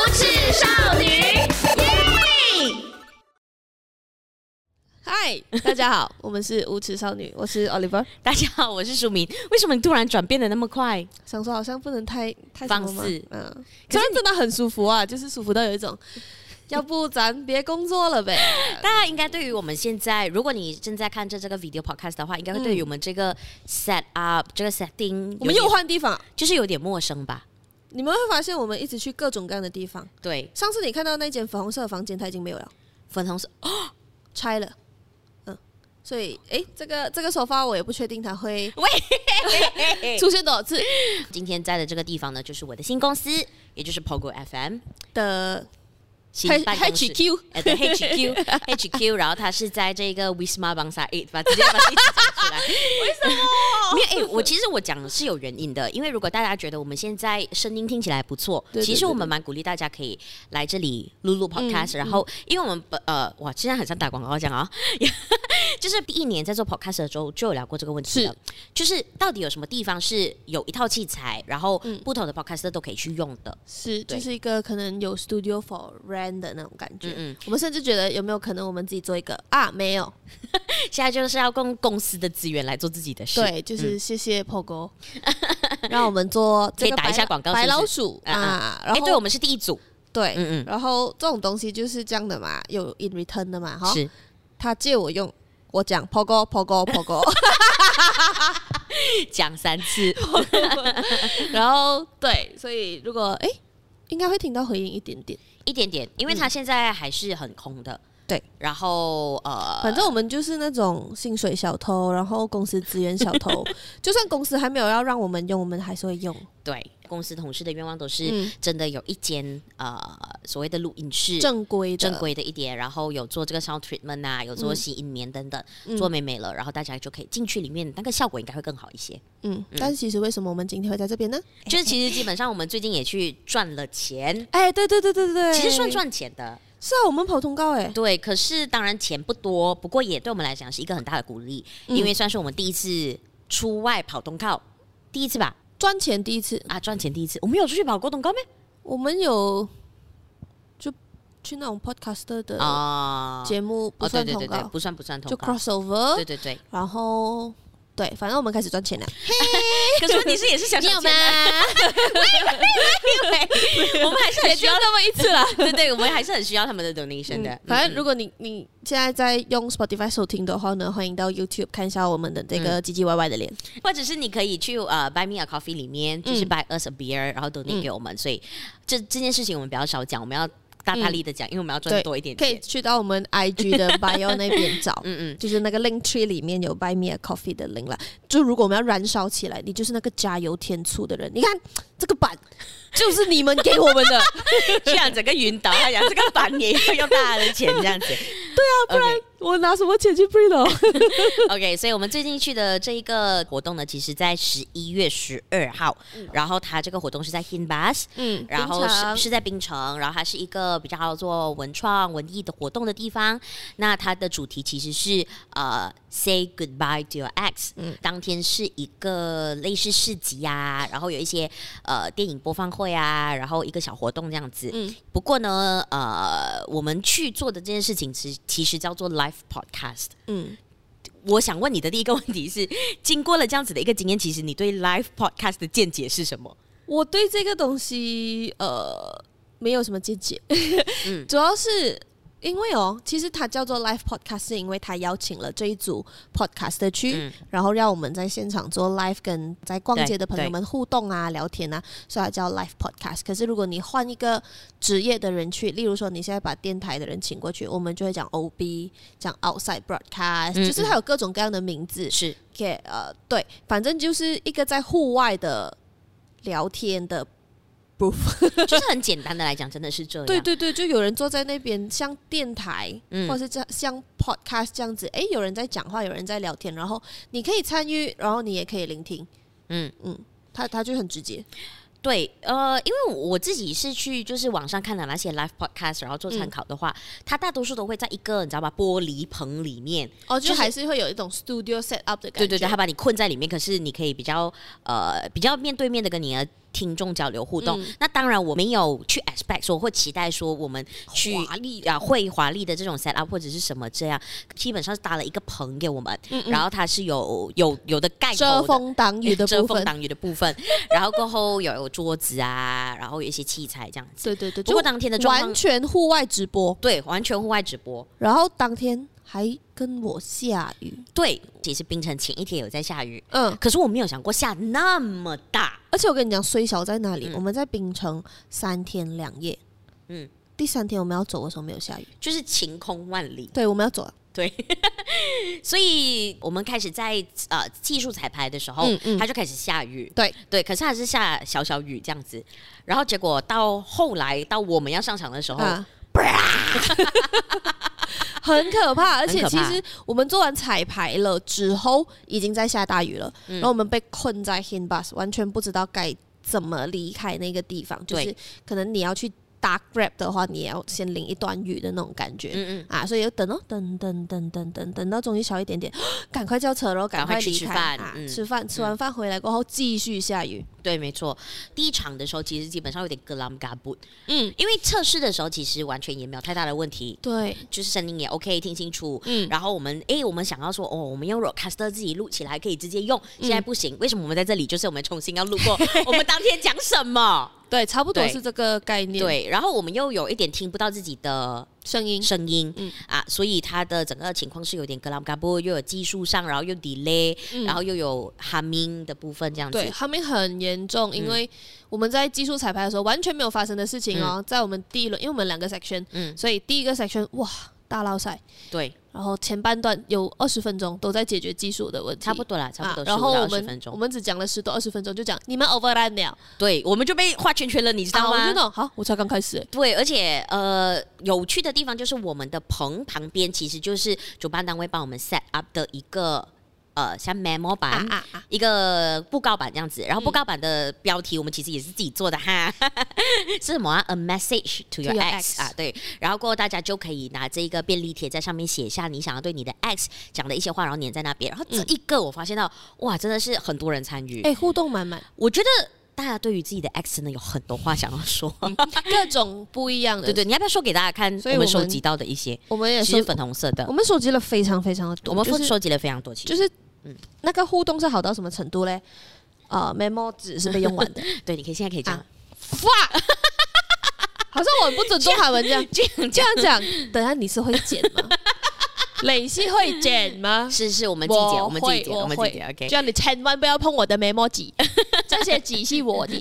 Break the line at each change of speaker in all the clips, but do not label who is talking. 大家好，我们是无耻少女，我是 Oliver。
大家好，我是舒明。为什么你突然转变的那么快？
想说好像不能太太什么
放
嘛
肆
嗯，
可
可
是
是真的很舒服啊，就是舒服到有一种， 要不咱别工作了 呗。
大家应该对于我们现在，如果你正在看着这个 video podcast 的话，应该会对于我们这个 set up、这个 setting，
嗯我们又
有点
换地方，
就是有点陌生吧？
你们会发现我们一直去各种各样的地方。
对，
上次你看到那间粉红色的房间，它已经没有了，
粉红色
拆了。嗯，所以诶，这个这个首发我也不确定它会出现多少次
今天在的这个地方呢，就是我的新公司，也就是 Pogo FM
的
新
H
办公室
呃 H。Q。
哎，对 HQ HQ，然后它是在这个 Wisma Bangsa Eight，把直接把自己讲出来。为什么？没有哎，我其实我讲是有原因的，因为如果大家觉得我们现在声音听起来不错，
对对嗯
其实我们蛮鼓励大家可以来这里录录 podcast，、然后因为我们本呃，哇，现在很像打广告这样啊、 就是第一年在做 podcast 的时候就有聊过这个问题了，就是到底有什么地方是有一套器材，然后
嗯
不同的 podcast 都可以去用的。
是，
对
就是一个可能有 studio for rent 的那种感觉。
嗯嗯
我们甚至觉得有没有可能我们自己做一个啊？没有，
现在就是要用公司的资源来做自己的事。
对，就是谢谢 Pogo，、让我们做这
嗯 可以
个
打一下
白
广告
白
是不是
老鼠
啊啊
啊，然
哎、
后
对我们是第一组，
对
嗯
然后这种东西就是这样的嘛，有 in return 的嘛，哈
嗯，，是
他借我用。我讲 pogo pogo pogo，
讲三 次，
然后对，所以如果哎，应该会听到回音一点点。
一点点，因为它现在还是很空的。
嗯对，
然后呃，
反正我们就是那种薪水小偷，然后公司资源小 偷，就算公司还没有要让我们用，我们还是会用。
对公司同事的愿望都是
嗯，
真的有一间呃所谓的录音室。
正规的
正，规的一点，然后有做这个 sound treatment 啊，有做吸音棉等等，
嗯
做美美了，然后大家就可以进去里面，那个效果应该会更好一些。
嗯。但是其实为什么我们今天会在这边呢？
就是其实基本上我们最近也去赚了钱，
哎，对对对对对，
其实算赚钱的，
是啊，我们跑通告哎，
对，可是当然钱不多，不过也对我们来讲是一个很大的鼓励，
嗯
因为算是我们第一次出外跑东靠，第一次吧，
赚钱第一次，
啊，赚钱第一次，我们有出去跑过东靠没？
我们有就去那种 podcaster 的
啊、
节目，呃不
哦，对
算
对
通
对对，
告，
不算不算通
就哎
告，对
crossover，
对对。
然后对，反正我们开始赚 钱了。
可是问题是也是小
你
小
有
钱
吗？
啊，对我们还是很需要
那么一次啦。
对对，我们还是很需要他们的 donation 的
嗯。
嗯
反正如果你你现在在用 Spotify 收听的话呢，欢迎到 YouTube 看一下我们的这
嗯
个唧唧歪歪的脸。
或者是你可以去呃 Buy Me a Coffee 里面，就是
嗯
Buy us a beer，然后 donate 给我们。所以这这件事情我们不要少讲，我们要大大力的讲，因为我们要赚
嗯对
多一点
可以
钱。
去到我们 IG 的 bio 那边找，
嗯嗯。
就是那个 link tree 里面有 buy me a coffee 的 link 啦。就如果我们要燃烧起来，你就是那个加油添醋的人。你看这个版就是你们给我们 的，
居然整个晕倒，他讲这个板也要用大家的钱这样子。对啊， 不然 OK,
我拿什么钱去 pre 了？
OK，所以我们最近去的这一个活动呢，其实在十一月十二号，然后它这个活动是在 Hinbus。
嗯，
然后
平常
是是在槟城，然后它是一个比较做文创文艺的活动的地方。那它的主题其实是呃，say goodbye to your ex。嗯，当天是一个类似市集啊，然后有一些呃电影播放会啊，然后一个小活动这样子。
嗯
嗯，不过呢，呃，我们去做的这件事情其实其实叫做 live podcast。
嗯，
我想问你的第一个问题是，经过了这样子的一个经验，其实你对 live podcast 的见解是什么？
我对这个东西呃没有什么见解，
嗯
主要是因为哦，其实它叫做 live podcast，是因为它邀请了这一组 podcaster 去，
嗯
然后让我们在现场做 live，跟在逛街的朋友们互动啊、聊天啊，所以它叫 live podcast。可是如果你换一个职业的人去，例如说你现在把电台的人请过去，我们就会讲 OB，讲 outside broadcast，、
嗯
就是它有各种各样的名字。
是
OK，呃，对，反正就是一个在户外的聊天的 proof。
就是很简单的来讲，真的是这样。
对对对，就有人坐在那边，像电台，
嗯
或者是这像 podcast 这样子，诶，有人在讲话，有人在聊天，然后你可以参与，然后你也可以聆听，
嗯
嗯，他他就很直接，
对，呃，因为我自己是去就是网上看的那些 live podcast，然后做参考的话，它大多数都会在一个你知道吧玻璃棚里面，
哦，
就
就是还是会有一种 studio set up 的感
对
觉，
对对，它把你困在里面，可是你可以比较呃比较面对面的跟你的听众交流互动。那当然我没有去 expect 说会期待说我们去
华丽
啊会华丽的这种 set up 或者是什么这样，基本上是搭了一个棚给我们，然后它是有有有的盖头
遮
的
风 挡雨的
嗯遮
部
风
分。
挡雨的部分，然后过后有有桌子啊，然后有一些器材这样子。
对对对，
不
就
过当天的状
完
况，
全户外直播，
对，完全户外直播。
然后当天还跟我下雨，
对，其实冰城前一天有在下雨，
嗯，
可是我没有想过下那么大。
而且我跟你讲，虽小在哪里？
嗯
我们在槟城三天两夜，
嗯，
第三天我们要走的时候没有下雨，
就是晴空万里，
对，我们要走啊了，
所以我们开始在呃技术彩排的时候，
嗯嗯
它就开始下雨，
对
对，可是还是下小小雨这样子。然后结果到后来到我们要上场的时候，
啊。 很可怕，而且
很可
其
怕
实我们做完彩排了之后，已经在下大雨了，
嗯
然后我们被困在 Hin Bus，完全不知道该怎么离开那个地方，就是
对
可能你要去搭 Grab 的话，你也要先淋一段雨的那种感觉，
嗯嗯，
啊，所以就等哦，等等等等等等到终于小一点点， 赶快叫车喽，赶
赶快去
离
吃
开
饭
啊！
嗯
吃饭，吃完饭回来过后继续下雨，
对，没错。第一场的时候其实基本上有点格朗嘎布，
嗯，
因为测试的时候其实完全也没有太大的问题，
对，
就是声音也 OK，听清楚。
嗯，
然后我们诶，我们想要说哦，我们用 Rocaster 自己录起来可以直接用，现
嗯
在不行，为什么我们在这里？就是我们重新要录过，我们当天讲什 么？
对，差不多
对
是这个概念，，
对，然后我们又有一点听不到自己的
声音，
声音，
嗯
啊，所以它的整个情况是有点格朗嘎布，又有技术上，然后又 delay，、
嗯
然后又有 humming 的部分这样子
对，。他们很严
嗯
重，因为我们在技术彩排的时候完全没有发生的事情哦，在我们第一轮，因为我们两个 section，
嗯，
所以第一个 section 哇大捞赛，
对，
然后前半段有二十分钟都在解决技术的问题，
差不多啦，差不多
啊，
十
然
五
后
到
我
二十分
们我
钟。
们只讲了十多二十分钟，就讲你们 overrun 了，
对，我们就被画圈圈了，你知
啊
道
我
吗？
就那种好，我才刚开始欸，
对，而且呃，有趣的地方就是我们的棚旁边其实就是主办单位帮我们 set up 的一个呃，像 memo 版。
啊啊啊！
一个布告板这样子，然后
嗯
布告板的标题我们其实也是自己做的哈， 是什么啊？A message to your
To your
ex
ex
啊，对。然后过后大家就可以拿这一个便利贴在上面写下你想要对你的 ex 讲的一些话，然后粘在那边。然后
嗯
这一个我发现到，哇，真的是很多人参与。
哎、互动 满满，
我觉得大家对于自己的 ex 真的有很多话想要说。
各种不一样
嗯
的。
对对，你要不要说给大家看？
所以
我们
我们
收集到的一些，
我们也
其
收
实，粉红色的
我，们收集了非常非常的多，
我们嗯
就
收
是
收集了非常多。其实，
就是那个互动是好到什么程度嘞？呃，memo 纸是被用完 的，
对，你可以现在可以这样
啊，哇，好像我很不尊重他们这样
这样
这样讲。等下你是会剪 吗？磊是会剪吗？
是是，我们自己剪，我们自己
会
剪，我们自己剪。
会
OK，
这样你千万不要碰我的 memo 纸，这些纸是我的。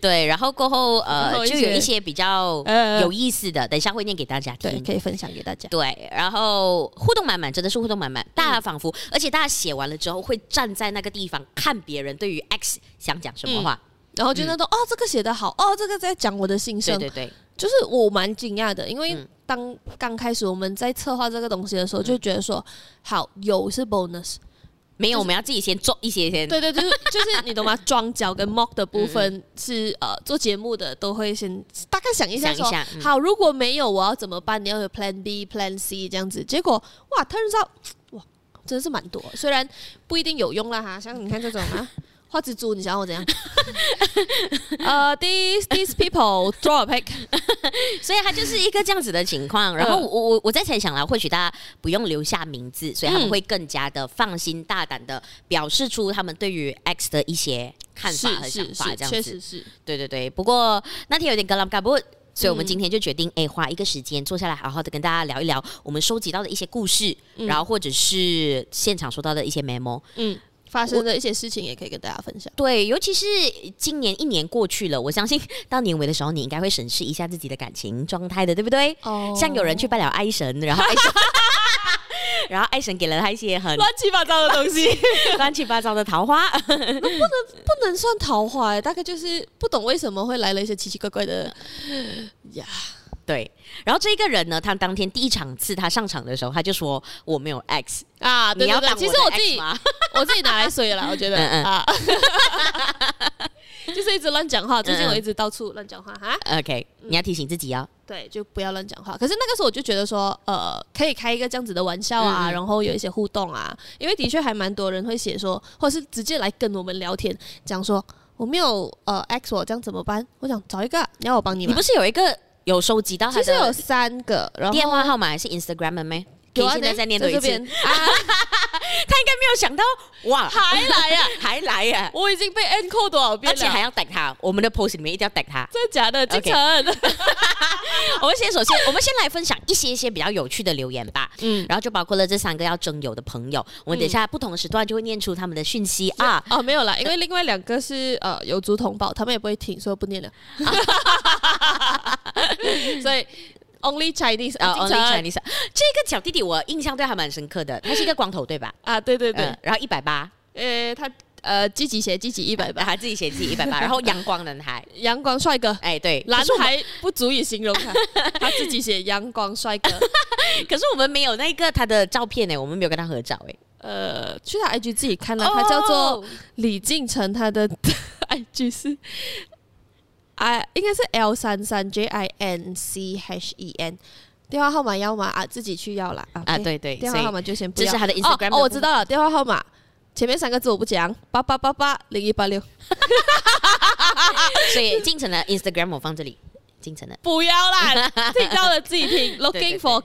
对，然后过后
然后
呃，
一
就有
些
一些比较
呃
有意思的，等一下会念给大家
对，
听。
可以分享给大家。
对，然后互动满满，真的是互动满满。大家仿佛，而且大家写完了之后，会站在那个地方看别人对于 X 想讲什么话。
然后就那种、哦，这个写的好，哦，这个在讲我的心
对
声，
对对，
就是我蛮惊讶的，因为
嗯
当刚开始我们在策划这个东西的时候，就觉得说，好有是 bonus，
没有，
就是
我们要自己先做一些先。
对 对，就是就是你懂吗？装脚跟 mock 的部
嗯
分是呃，做节目的都会先大概想一下
想
说
一，下嗯
好，如果没有我要怎么办？你要有 plan B、plan C 这样子。结果哇，turns out 哇，真的是蛮多，虽然不一定有用啦哈。像你看这种 啊。画蜘蛛，你想要我怎样？呃、t h e s e these people draw a pic，
所以它就是一个这样子的情况。
嗯
然后我我我在猜想啦，或许大家不用留下名字，所以他们
嗯
会更加的放心大胆的表示出他们对于 X 的一些看法和想
是是
法，
是，
这
确
样子
实。是。
对对对，不过那天有点格朗嘎不。所以，我们
嗯
今天就决定，哎、花一个时间坐下来，好好的跟大家聊一聊我们收集到的一些故事，然后或者是现场收到的一些 memo。
嗯，发生的一些事情也可以跟大家分享。
对，尤其是今年一年过去了，我相信到年尾的时候，你应该会审视一下自己的感情状态的，对不对？
哦
像有人去拜了爱神，然后爱 神，然后爱神给了他一些很
乱七八糟的东西，
乱七八糟的桃花，
不能算桃花、欸，大概就是不懂为什么会来了一些奇奇怪怪的呀。
对。然后这个人呢，他当天第一场次他上场的时候，他就说我没有 X，
啊，对
你要
对
当
对，
的
其实我
X
自己
吗？
我自己拿来水了，我觉得
嗯嗯
啊， 就是一直乱讲话。最近
嗯嗯
我一直到处乱讲话哈，
OK，你要
嗯
提醒自己哦。
对，就不要乱讲话。可是那个时候我就觉得说，呃，可以开一个这样子的玩笑
嗯
啊，
嗯
然后有一些互动啊，因为的确还蛮多人会写说，或是直接来跟我们聊天，讲说我没有呃 X 我这样怎么办？我想找一个啊，你要我帮你
你
吗
不？是有一个有收集到他
其实有
的
三个，然后
电话号码还是 Instagram 了没？
有
可以
啊，
现在再念多一
这
次，他应
边啊，
该没有想到哇，
还来啊呀、
还来呀、
我已经被 N 扣多少遍
而
了？
且还要逮他，我们的 post 里面一定要逮 他。
真的假的？
OK
金 城，
我们先首先，我们先来分享一些一些比较有趣的留言吧。嗯
嗯，
然后就包括了这三个要征友的朋友，我们等一下不同的时段就会念出他们的讯息啊。
哦，没有啦，因为另外两个是呃有族同胞，他们也不会听，所以我不念了。 所以 Only Chinese
啊
啊
o n
金
l
城
y Chinese，这个小弟弟我印象对他蛮深刻的，他是一个光头对吧？
啊，对对对，
嗯然后一百八，
呃，他呃积极写积极一百吧，
他自己写自己一百八，然后阳光男孩，
阳光帅哥。
哎对，
蓝
可是我们
还不足以形容他，他自己写阳光帅哥。
可是我们没有那个他的照片呢，我们没有跟他合照哎。
呃，去他 IG 自己看了，
哦
他叫做李敬成，他的 IG 是 I 应该是 L 三三 J I N C H E N，电话号码要吗？啊，自己去要啦。
啊，
OK
对对，
电
所
话
以
号码就先不
这
要。
是他的
哦
Instagram
哦，
的部
我知道了，电话号码前面三个字我不讲，八八八八零一八六，
啊所以进城的 Instagram 我放这里，进城的
不要啦， 听到了自己
对
听。
对
Looking for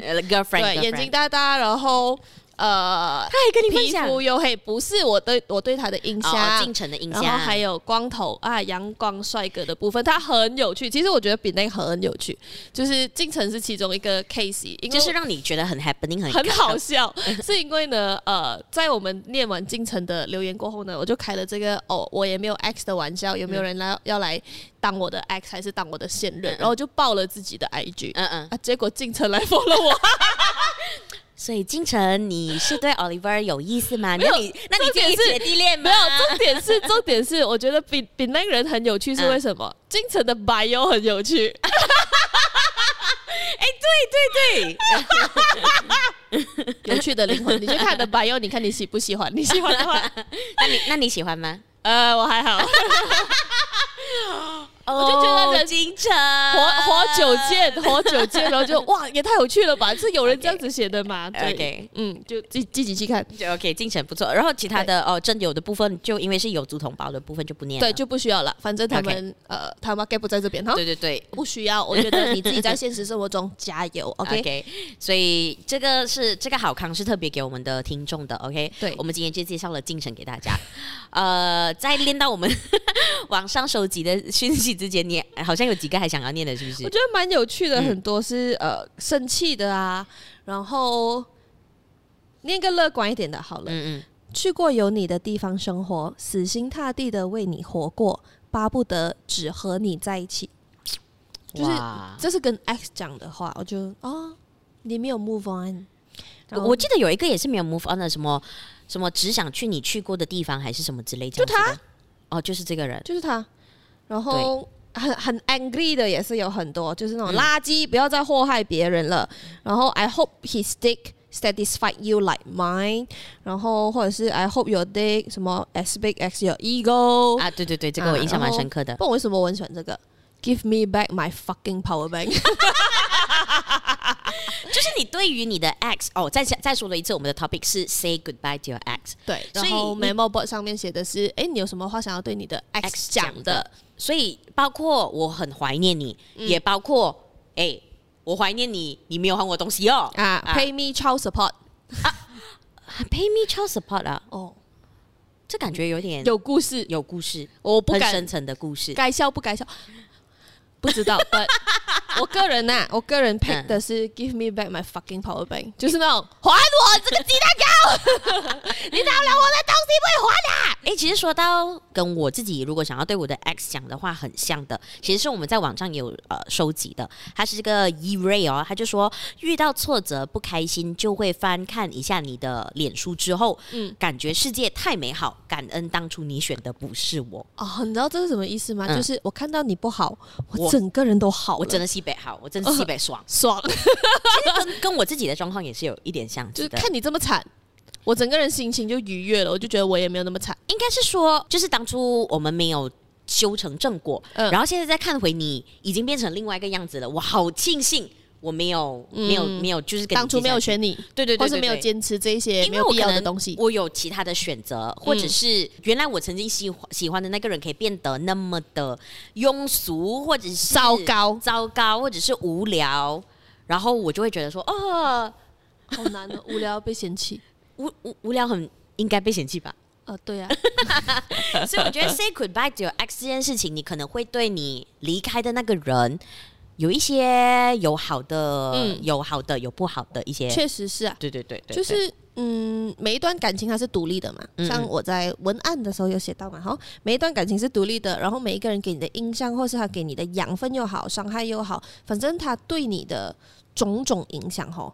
呃 girlfriend，
对，眼睛
girlfriend
大大，然后呃，
他还跟你分
皮
享
肤黝黑，不是我对我对他的印
哦，
象
进。城的印
然
象，
后还有光头啊，阳光帅哥的部分，他很有趣。其实我觉得比那个很有趣，就是进城是其中一个 case，因为
就是让你觉得很 happening 很
很好 笑，是因为呢，呃，在我们念完进城的留言过后呢，我就开了这个哦，我也没有 X 的玩笑，有没有人来、要来当我的 X 还是当我的现任？
嗯
然后我就报了自己的 IG、
嗯嗯，
啊，结果进城来 follow 我，
所以金晨，你是对 Oliver 有意思吗？那
有
你那你
重
自
点
己
是
姐弟恋吗？
没有，重点是重点是，我觉得比比那个人很有
嗯
趣是为什么？进城的 bio 很有趣，哎
对对对，
有趣的灵魂，你去看的 bio，你看你喜不喜欢？你喜欢的话，
那你那你喜欢吗？
呃，我还好，
我
就觉得人
哦金晨
活活久 见，活久见，然后就哇，也太有趣了吧？是有人这 样子写的吗
OK
对嗯，就自自己去看，
就 OK，进程不错。然后其他的哦，真有的部分就因为是有族同胞的部分就不念了。
对，就不需要了，反正他们呃，他妈 get 不在这边哈，
对对对
不需要，我觉得你自己在现实生活中加油 ，OK，
OK，所以这个是这个好康是特别给我们的听众的，OK。
对
我们今天就介绍了进程给大家。 呃，在练到我们 网上收集的讯息之前，你好像有几个还想要念的，是不
我
是？
觉得蛮有趣的，
嗯
很多是呃生气的啊，然后念个乐观一点的好了。
嗯嗯，
去过有你的地方生活，死心塌地的为你活过，巴不得只和你在一起。就是
哇
这是跟 X 讲的话，我就哦，你没有 move on。然后
我记得有一个也是没有 move on 的，什么什么只想去你去过的地方，还是什么之类这样子的。就他哦，就是这个人，
就是他，然后很很 angry 的也是有很多，就是那种垃圾，不要再祸害别人了。然后 I hope his dick satisfied you like mine，然后或者是 I hope your dick 什么 as big as your ego。
啊，对对对，这个我印象
哦
蛮深刻的。
不懂为什么我很喜欢这个。Give me back my fucking power bank。
就是你对于你的 ex 哦，再再说了一次，我们的 topic 是 say goodbye to your ex。
对，
所以
然后
你
memo board 上面写的是，哎，你有什么话想要对你的
X
X 讲的？
所以包括我很怀念你，
嗯
也包括哎、我怀念你，你没有还我东西哦
啊，Pay me child support。
pay me child support 啊，
哦，
这感觉有点
有故事，
有故事，
我不
很
敢
深层的故事。
该笑不该笑，不知 道。但我个人呐、我个人 pick
嗯
的是 Give me back my fucking power bank，就是那种还我这个鸡蛋糕， 你拿不了我的东西不会还的、
哎、其实说到跟我自己如果想要对我的 ex 讲的话很像的，其实是我们在网上有呃收集的，他是这个 E Ray 哦，他就说遇到挫折不开心就会翻看一下你的脸书之后，嗯，感觉世界太美好，感恩当初你选的不是我，
哦，你知道这是什么意思吗？
嗯
就是我看到你不好，
我
我整个人都好了，，
我真的西北好，我真的西北爽
爽，
跟跟我自己的状况也是有一点像
就是
似的。
看你这么惨。我整个人心情就愉悦了，我就觉得我也没有那么惨。
应该是说，就是当初我们没有修成正果，
嗯
然后现在再看回你，已经变成另外一个样子了。我好庆幸我没有没有没有，就是跟你
嗯当初没有
接下去
选你，
对对对对
或是没有
对
坚持这一些
因为
没有
我
必
可
要的
能
东西。嗯
我有其他的选择，或者是原来我曾经喜欢喜欢的那个人可以变得那么的庸俗，或者是
糟糕
糟糕，或者是无聊，然后我就会觉得说，哦，
好难哦，无聊被嫌弃。
无无无聊很应该被嫌弃吧。
呃，对 啊，
所以我觉得 say goodbye to your ex 这件事情，你可能会对你离开的那个人有一些有好的，
嗯
有好的，有不好的一些，
确实是啊，
对对对对，
就
对
是嗯，每一段感情它是独立的嘛。
嗯
像我在文案的时候有写到嘛，哈，每一段感情是独立的，然后每一个人给你的印象，或是他给你的养分又好，伤害又好，反正他对你的种种影响，哈，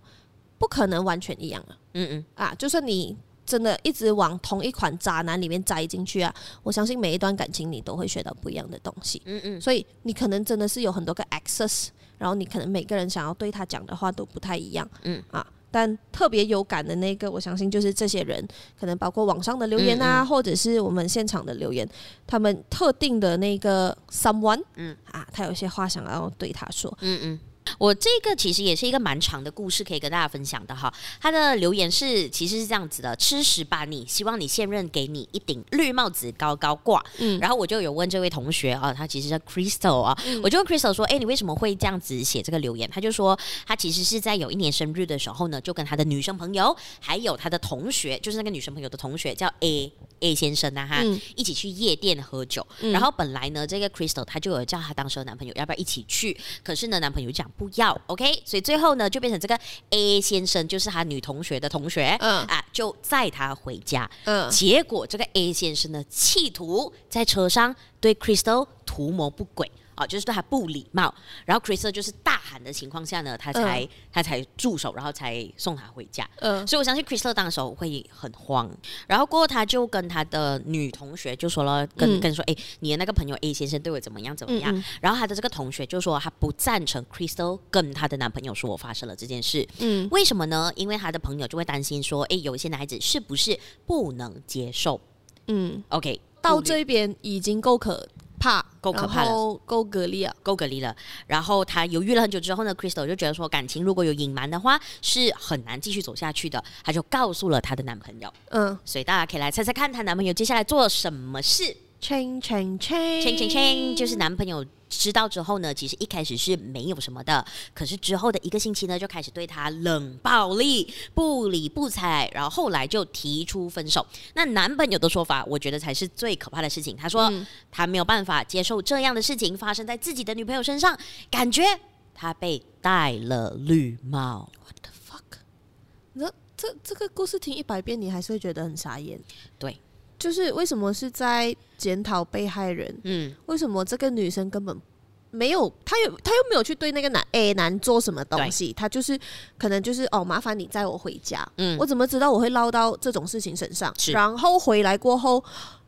不可能完全一样啊。
嗯嗯，
啊，就算你真的一直往同一款渣男里面栽进去啊，我相信每一段感情你都会学到不一样的东西。
嗯嗯，
所以你可能真的是有很多个 access，然后你可能每个人想要对他讲的话都不太一样。
嗯
啊。但特别有感的那个，我相信就是这些人，可能包括网上的留言啊，或者是我们现场的留言，他们特定的那个 someone，
嗯
啊，他有一些话想要对他说，
嗯嗯。我这个其实也是一个蛮长的故事，可以跟大家分享的哈。他的留言是其实是这样子的：吃屎吧你！希望你现任给你一顶绿帽子高高挂。
嗯
然后我就有问这位同学啊，他其实叫 Crystal 啊，我就问 Crystal 说：“哎、你为什么会这样子写这个留言？”他就说他其实是在有一年生日的时候呢，就跟他的女生朋友还有他的同学，就是那个女生朋友的同学叫 A。A 先生呐、啊、哈，
嗯
一起去夜店喝酒，
嗯
然后本来呢，这个 Crystal 她就有叫她当时的男朋友要不要一起去，可是呢，男朋友讲不要，OK，所以最后呢，就变成这个 A 先生就是她女同学的同学，
嗯
啊，就载她回家，
嗯
结果这个 A 先生呢，企图在车上对 Crystal 图谋不轨啊，就是对他不礼貌。然后 Crystal 就是大喊的情况下呢，他才、他才住手，然后才送他回家。
嗯
所以我相信 Crystal 当时会很慌，然后过后他就跟他的女同学就说了，跟、
嗯
跟说，哎、你的那个朋友 A 先生对我怎么样怎么样？
嗯
然后他的这个同学就说他不赞成 Crystal 跟她的男朋友说发生了这件事，
嗯
为什么呢？因为他的朋友就会担心说，哎，有一些男孩子是不是不能接受
嗯，
？OK，
到
顾虑
这边已经够可怕，
够可怕了
然后够隔离了，
够隔离了。然后他犹豫了很久之后呢，Crystal 就觉得说，感情如果有隐瞒的话，是很难继续走下去的。她就告诉了她的男朋友，
嗯
所以大家可以来猜猜看，她男朋友接下来做了什么事。
，change change change
change change change，就是男朋友知道之后呢，其实一开始是没有什么的，可是之后的一个星期呢，就开始对他冷暴力、不理不睬，然后后来就提出分手。那男朋友的说法，我觉得才是最可怕的事情。他说、
嗯
他没有办法接受这样的事情发生在自己的女朋友身上，感觉他被戴了绿帽。
what the fuck，你知道这这个故事听一百遍，你还是会觉得很傻眼。
对，
就是为什么是在检讨被害人？
嗯，
为什么这个女生根本没有，她有她又没有去对那个男 A 男做什么东西，她就是可能就是哦，麻烦你载我回家。
嗯
我怎么知道我会落到这种事情身上？
是
然后回来过后。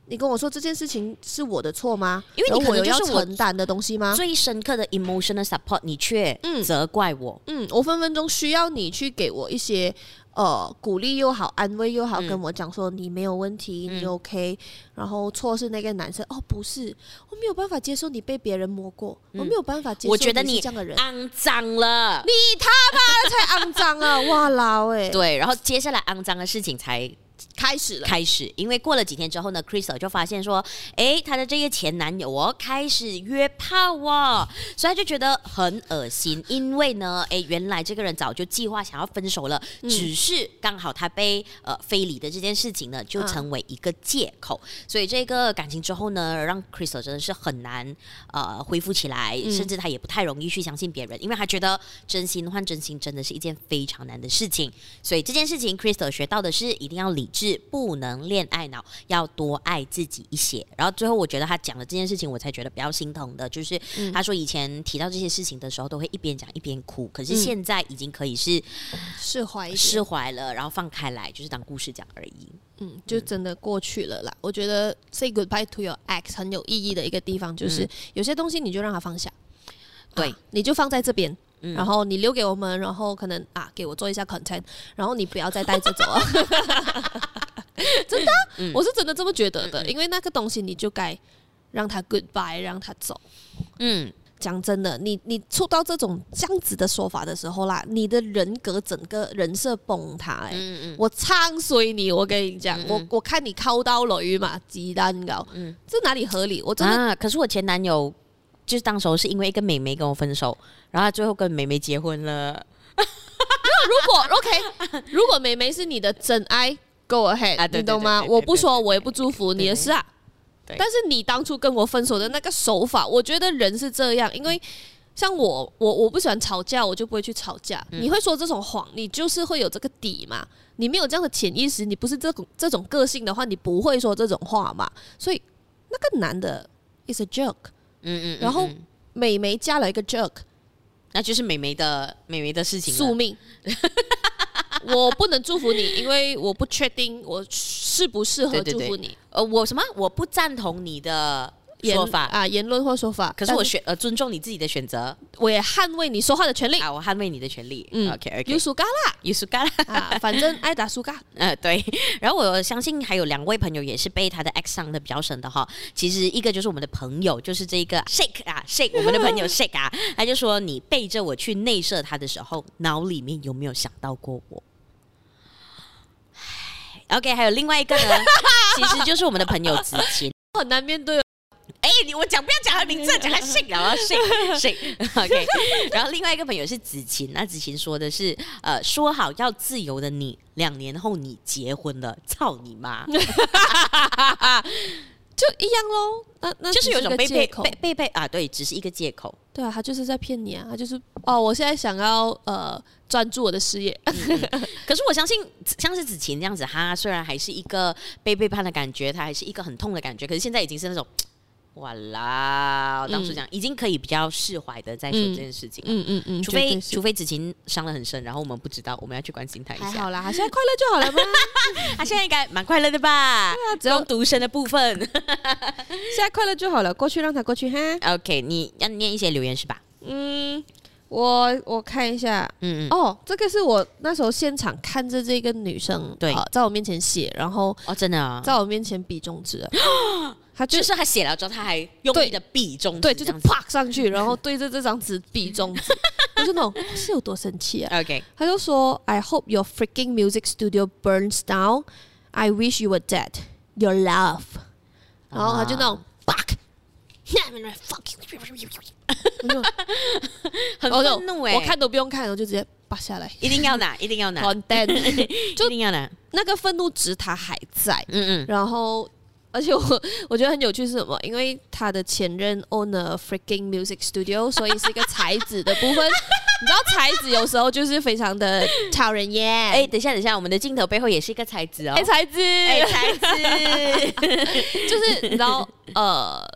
你跟我说这件事情是我的错吗？
因为你
然后
可
我
能
有
就
要
是我
承担的东西吗？
最深刻的 emotional support，你却
嗯
责怪我。
嗯，我分分钟需要你去给我一些呃鼓励又好，安慰又好，
嗯
跟我讲说你没有问题，你
嗯
OK。然后错是那个男生，哦，不是，我没有办法接受你被别人摸过，嗯我没有办法接受
我觉得
你
你
是这样的人，
肮脏了，
太肮脏了， 哇欸啦喂，
对，然后接下来肮脏的事情才
开始了，
开始，因为过了几天之后呢，Crystal 就发现说，诶，她的这些前男友哦，开始约炮哦，所以她就觉得很恶心，因为呢，诶，原来这个人早就计划想要分手了，
嗯
只是刚好他被呃非礼的这件事情呢，就
嗯
成为一个借口，所以这个感情之后呢，让 Crystal 真的是很难呃恢复起来，
嗯
甚至她也不太容易去相信别人，因为她觉得真心换真心真的是一件非常难的事情。所以这件事情，Crystal 学到的是一定要理智，不能恋爱脑，要多爱自己一些。然后最后，我觉得他讲了这件事情，我才觉得比较心疼的，就是
嗯
他说以前提到这些事情的时候，都会一边讲一边哭，可是
嗯
现在已经可以是
释怀一点，
释怀了，然后放开来，就是当故事讲而已。
嗯，就真的过去了啦。我觉得 say goodbye to your ex 很有意义的一个地方，就是、有些东西你就让它放下，
对
啊你就放在这边。
嗯
然后你留给我们，然后可能啊，给我做一下 content，然后你不要再带 着走 啊，真的啊、
嗯
我是真的这么觉得的，因为那个东西你就该让它 goodbye，让它走。
嗯，
讲真的，你你出到这种这样子的说法的时候啦，你的人格整个人设崩塌、欸。
嗯嗯
我唱衰你，我跟你讲，我我看你抠到雷嘛，鸡蛋糕，
嗯
这哪里合理？我真的
啊，可是我前男友就是当时候是因为一个美眉跟我分手，然后他最后跟美眉结婚了
如果 OK，如果美眉是你的真爱，Go ahead，、
啊对对
你懂吗？
对对对
我不说，
对对
我也不祝福
对
你的事啊。
对
但是你当初跟我分手的那个手法，我觉得人是这样，因为像我，我我不喜欢吵架，我就不会去吵架。
嗯
你会说这种谎，你就是会有这个底嘛？你没有这样的潜意识，你不是这种这种个性的话，你不会说这种话嘛？所以那个男的 is a jerk，
嗯嗯，嗯
然后
嗯
美眉嫁了一个 jerk，
那就是美眉的美眉的事情
宿
了。
命。我不能祝福你，因为我不确定我适不适合
对对
祝
对
福你
呃，我什么？我不赞同你的
言
说法，
啊言论或说法。
可是我
但
选呃尊重你自己的选择
我也捍卫你说话的权利。
啊，我捍卫你的权利。
哎嗯
OK
有
OK，
苏嘎 啦
有苏干。
啊，反正爱打苏嘎。
呃，对。然后我相信还有两位朋友也是被他的 X 伤的比较深的哈。其实一个就是我们的朋友，就是这个 Shake 啊，Shake，我们的朋友 Shake 啊，他就说你背着我去内射他的时候，脑里面有没有想到过我？ 唉 OK，还有另外一个呢，其实就是我们的朋友子晴。
很难面对哦，
哎、你我讲不要讲他名字，讲他 shake 啊，shake shake。OK，然后另外一个朋友是子晴，那子晴说的是，呃，说好要自由的你，两年后你结婚了，操你 妈！
就一样喽。那那
就是有一
只
种
个
被
借
被
口
被，被被啊，对，只是一个借口。
对啊，他就是在骗你啊，他就是哦，我现在想要呃专注我的事业，
可是我相信，像是子晴这样子，她虽然还是一个被背叛的感觉，她还是一个很痛的感觉，可是现在已经是那种。哇啦！当初讲、已经可以比较释怀的在说这件事情，
嗯嗯 嗯，
除
绝对
非
是
除非子晴伤得很深，然后我们不知道，我们要去关心她一
还
下。
好啦，他现在快乐就好了 嘛。
他啊现在应该蛮快乐的 吧？
对啊，只
只有
要
独身的部分。
现在快乐就好了，过去让他过去哈。
OK，你要念一些留言是吧？
嗯，我我看一下，
嗯嗯。
哦，这个是我那时候现场看着这个女生，
对
呃在我面前写，然后
哦，真的啊，
在我面前比中指， 她嗯就
就是是他写了之后，他还用力的避中指
对，就是
这样子
啪上 去，然后对着这张纸比中指，我就那 种是有多生气啊？
OK，
她就说：“I hope your freaking music studio burns down. I wish you were dead. Your love。”然后她就那种 fuck，我就
很
我就
愤怒哎，
我看都不用看，我就直接拔下来。
一定要 拿，一定要拿，
content
一定要拿。
那个愤怒值它还在，
嗯嗯
然后，而且我我觉得很有趣是什么？因为他的前任 own a freaking music studio，所以是一个才子的部分。你知道才子有时候就是非常的讨人厌。
哎，
哎、
等一下，等一下，我们的镜头背后也是一个才子哦。
才子，
哎，才子，
就是你知道呃。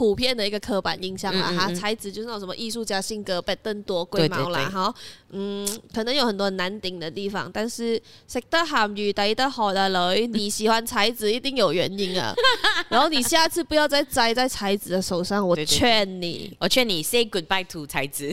普遍的一个刻板印象啦，
嗯嗯
哈、
嗯
才子就是那种什么艺术家性格，拜登多龟毛啦，
对对对
哈，嗯，可能有很多难顶的地方，但是食得鹹魚抵得渴的女，你喜欢才子一定有原因啊。 然后你下次不要再栽在才子的手上，我
对对对
劝你。
我劝你 say goodbye to 才 子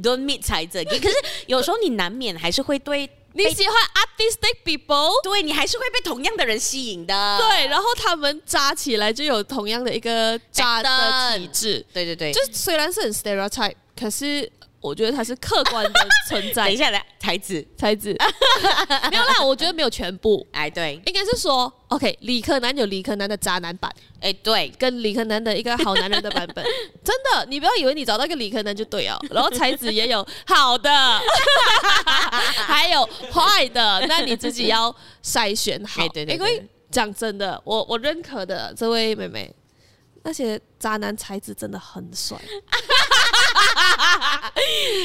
，don't meet 才 子。可是有时候你难免还是会对
你喜欢 artistic people，
哎对啊你还是会被同样的人吸引的。
对，然后他们扎起来就有同样的一个扎的
Pattern
体质，
对对对，
就虽然是很 stereotype，可是我觉得它是客观的存
等
在
一。下来才子，
才子 没有啦，我觉得没有全部，
哎对，
应该是说，OK，理科男有理科男的渣男版，
哎对，
跟理科男的一个好男人的版 本。真的，你不要以为你找到一个理科男就对哦。然后才子也有好的，还有坏的，那你自己要筛选好。
哎对对对
因为讲真的，我我认可的这位妹妹，那些渣男才子真的很帅。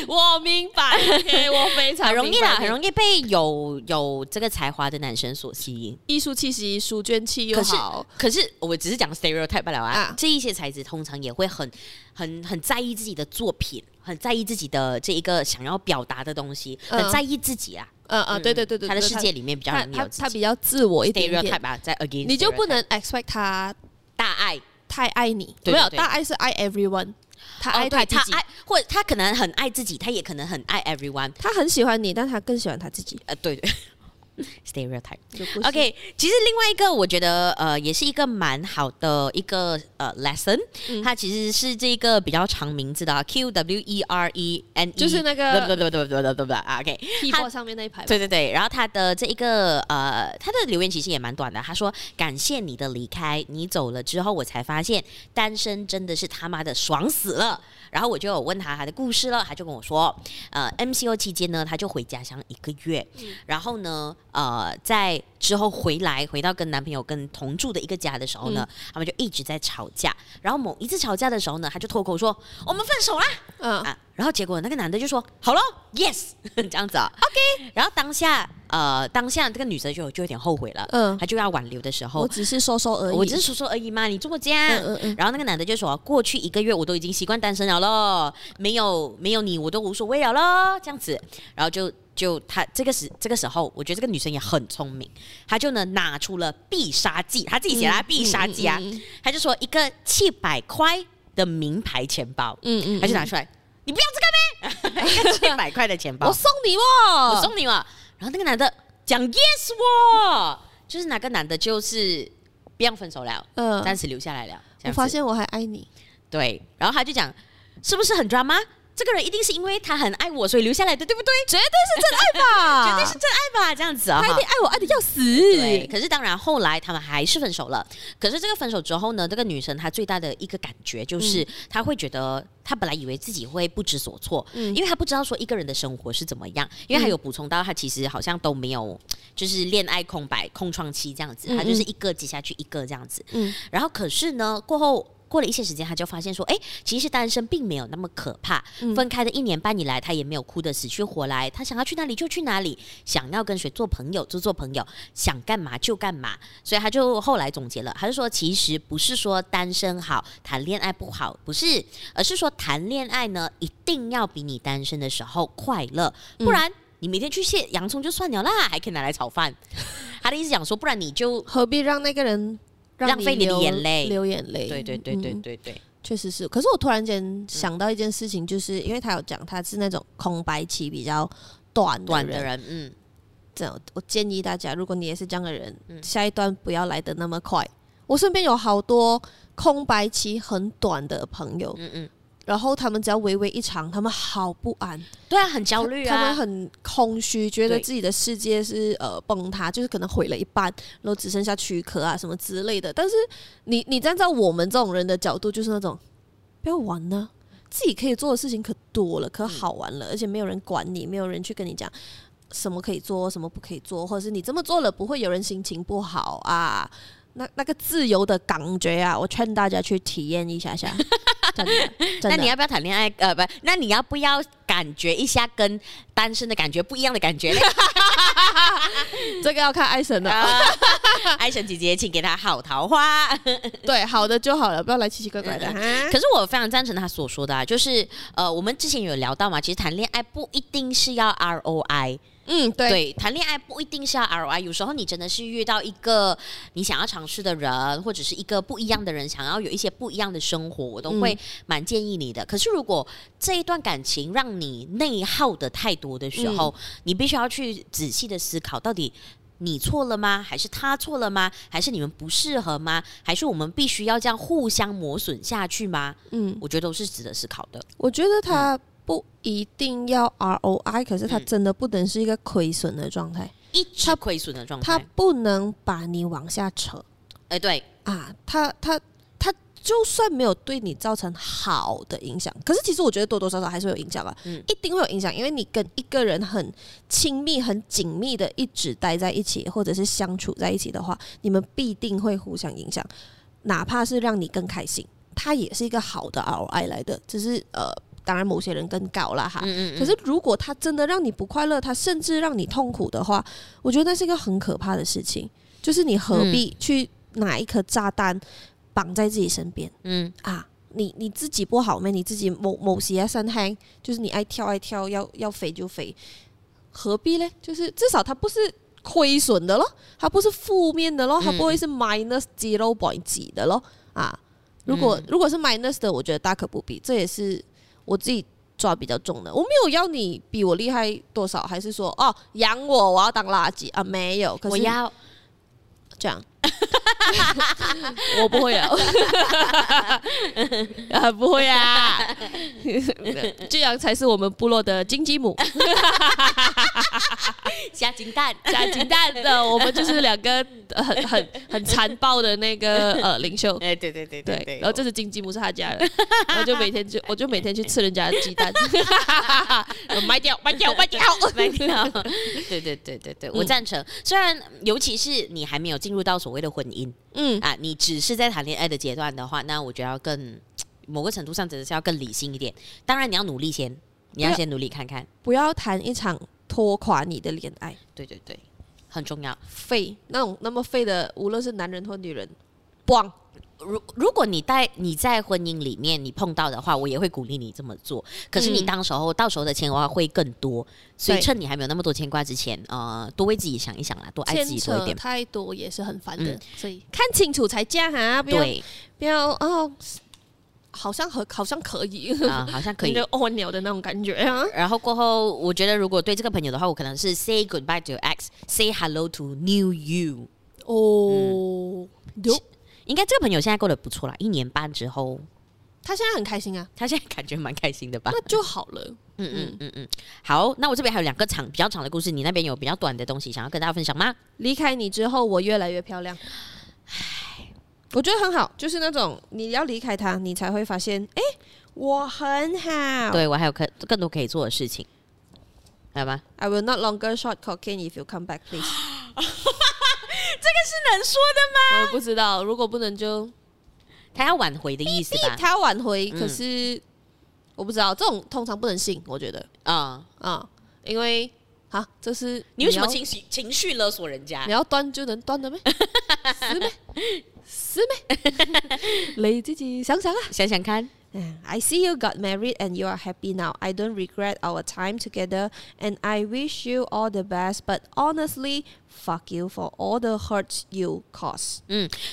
我明白，OK，我非常
很容易啦，很
易。
容易被有有这个才华的男生所吸引。
艺术气息、书卷气又
可是
好，，
可是我只是讲 stereotype 罢了啊。
啊
这一些才子通常也会很、很、很在意自己的作品，很在意自己的这一个想要表达的东西，
嗯
很在意自己啦。啊
嗯嗯，对对对对，
他的
对
世界里面比较
他
容易
他
有
他比较自我一点点，
stereotype 啊，在 again，
你就不能 expect 他
大爱。
太爱你，
对对
没有
对
大爱是爱 everyone，他
哦，
爱
对，
自
他
己，
爱，或者他可能很爱自己，他也可能很爱 everyone。
他很喜欢你，但他更喜欢他自己。
呃，对对， stereotype。
有故事
OK，其实另外一个我觉得呃也是一个蛮好的一个呃 lesson，、它其实是这个比较长名字的啊 Q W E R E N E，
就是那个
对对对对对对对啊，OK，
keyboard 上面那一排吧，
对对对，然后他的这一个呃，他的留言其实也蛮短的。他说：“感谢你的离开，你走了之后，我才发现单身真的是他妈的爽死了。”然后我就有问他他的故事了，他就跟我说：“呃，MCO 期间呢，他就回家乡一个月，然后呢，呃，在之后回来回到跟男朋友跟同住的一个家的时候呢，他们就一直在吵架。然后某一次吵架的时候呢，他就脱口说：‘我们分手啦！’
嗯，
啊，然后结果那个男的就说好了，yes，这 样子啊，OK。然后当下呃，当下这个女生就有就有点后悔了，
嗯
她就要挽留的时
我
候，
只是说说而已，
我只是说说而已嘛，你这么这样。
嗯嗯嗯，
然后那个男的就说：“过去一个月我都已经习惯单身了咯，没有没有你我都无所谓了咯，这样子。”然后就就他这个时这个时候，我觉得这个女生也很聪明，她就呢拿出了必杀技，她自己写
嗯
啦、必杀技啊，她就说一个七百块的名牌钱包，
嗯嗯，
他就拿出来，你不要这 个呗，一个七百块的钱包，
我
我
送你哦，
送你嘛。然后那个男的讲 yes 我，就是哪个男的，就是不要分手了，
嗯，
暂时留下来了。这
我
样
发
子
现我还爱你，
对，然后他就讲，是不是很 drama？这个人一定是因为他很爱我，所以留下来的，对不对？绝
吧
绝对是真爱吧，这样子啊、
他一
哈
定爱我爱的要死，
对，可是当然后来他们还是分手了。可是这个分手之后呢，这个女生她最大的一个感觉
嗯
就是，她会觉得她本来以为自己会不知所措，
嗯
因为她不知道说一个人的生活是怎么样。因为她有补充到，她其实好像都没有就是恋爱空白空窗期这样子，
嗯
她就是一个接下去一个这样子。
嗯
然后可是呢，过后。过了一些时间，她就发现说，哎，其实单身并没有那么可怕。
嗯
分开的一年半以来，她也没有哭得死去活来，她想要去哪里就去哪里，想要跟谁做朋友就做朋友，想干嘛就干嘛。所以他就后来总结了，他就说，其实不是说单身好，谈恋爱不好，不是，而是说谈恋爱呢，一定要比你单身的时候快乐，不然你每天去切洋葱就算了啦，还可以拿来炒饭。他的意思讲说，不然你就。
何必让那个人让
浪费你的
流
眼泪
流眼泪？
对对对对
嗯
对对，
确实是，可是我突然
嗯
间想到一件事情，就是因为他有讲他是那种空白期比较短
短
人
的，人，嗯，
这样我建议大家，如果你也是这样的人，
嗯
下一段不要来的那么快。我身边有好多空白期很短的朋友，
嗯嗯，
然后他们只要微微一长，他们好不安，
对啊，很焦虑
他们
啊，
很空虚，觉得
对
自己的世界是呃崩塌，就是可能毁了一半，然后只剩下躯壳啊什么之类的。但是你你站在我们这种人的角度，就是那种不要玩呢、自己可以做的事情可多了，可好玩
嗯
了，而且没有人管你，没有人去跟你讲。什么可以做，什么不可以做，或者是你这么做了不会有人心情不好啊？那那个自由的感觉啊，我劝大家去体验一下下。 真的，真
那
的
你要不要谈恋爱？呃，不，那你要不要感觉一下跟单身的感觉不一样的感觉 嘞？
这个要看爱神了。
啊，爱神姐姐，请给她好桃花。
对，好的就好了，不要来奇奇怪怪的。哈
可是我非常赞成他所说的、啊，就是呃，我们之前有聊到嘛，其实谈恋爱不一定是要 ROI，
嗯，对，
谈恋爱不一定是要 ROI，有时候你真的是遇到一个你想要尝试的人，或者是一个不一样的人，想要有一些不一样的生活，我都
嗯
会蛮建议你的。可是如果这一段感情让你内耗的太多的时候，
嗯
你必须要去仔细的思考，到底你错了吗？还是他错了吗？还是你们不适合吗？还是我们必须要这样互相磨损下去吗？
嗯，
我觉得都是值得思考的。
我觉得它不一定要 ROI，可是它
嗯
真的不能是一个亏损的状态，
一直亏损的状
它
态，
不能把你往下扯
哎，对，
啊，它它它就算没有对你造成好的影响，可是其实我觉得多多少少还是会有影响啊，
嗯
一定会有影响，因为你跟一个人很亲密、很紧密的一直待在一起，或者是相处在一起的话，你们必定会互相影响，哪怕是让你更开心，它也是一个好的 ROI 来的，只是呃，当然某些人更高啦哈，
嗯嗯嗯，
可是如果他真的让你不快乐，他甚至让你痛苦的话，我觉得那是一个很可怕的事情。就是你何必去拿一颗炸弹绑在自己身边
嗯。
啊？你你自己不好咩？你自己某某些三嗨，就是你爱跳爱跳，要要飞就飞，何必呢？就是至少它不是亏损的咯，它不是负面的咯，它不会是 minus zero point 几的咯啊。如果、如果是 minus 的，我觉得大可不必，这也是我自己。抓比较重的。我没有要你比我厉害多少，还是说哦养我，我要当垃圾啊？没有，可
我
是
要
这样， 我不会啊， 啊不会啊， 这样才是我们部落的金鸡母
加金蛋，
加金蛋的，我们就是两个呃很很很残暴的那个呃领袖。
哎，对对对
对，
对，
然后这只金鸡母是他家的，然后就每天就我就每天去吃人家的鸡 蛋，卖掉卖掉卖掉，
卖掉。对对对对对，我赞成。虽然尤其是你还没有进入到所谓的婚姻
嗯，
啊，你只是在谈恋爱的阶段的话，那我觉得要更某个程度上真的是要更理性一点。当然你要努力先，你要
对啊
先努力看看。
不要谈一场拖垮你的恋爱，
对对对，很重要。
废那种那么废的，无论是男人或女人，棒，
如如果你在你在婚姻里面你碰到的话，我也会鼓励你这么做。可是你
嗯
当时候、到时候的牵挂会更多，所以
对
趁你还没有那么多牵挂之前，呃，多为自己想一想啦，多爱自
牵
己多一
扯
点。
太多也是很烦的，
嗯
所以看清楚才嫁哈，不要
对
不要哦，好像和好像可以，
啊、好像可以
你就哦鸟的那种感觉啊，
然后过后，我觉得如果对这个朋友的话，我可能是 say goodbye to your ex，say hello to new you。
嗯哦，有、
应该这个朋友现在过得不错啦，一年半之后，
他现在很开心啊，
他现在感觉蛮开心的吧？
那就好了。
嗯嗯嗯嗯。好，那我这边还有两个长比较长的故事，你那边有比较短的东西想要跟大家分享吗？
离开你之后，我越来越漂亮。我觉得很好，就是那种你要离开他，你才会发现，哎、我很好。
对我还有可更多可以做的事情，来吧？
I will not longer shot cocaine if you come back, please 。
能说
我不知道，如果不能就
的，他要挽回的意思吧？
他要挽回，
嗯
可是我不知道，这种通常不能信，我觉得
啊、
啊，因为啊，这是
你为什么啊
要
情绪情绪勒索人家
你？要断就能断 的呗？是呗？是 呗？你自己想想啊。
想想看，
I see you got married and you are happy now. I don't regret our time together and I wish you all the best. But honestly, fuck you for all the hurts you caused.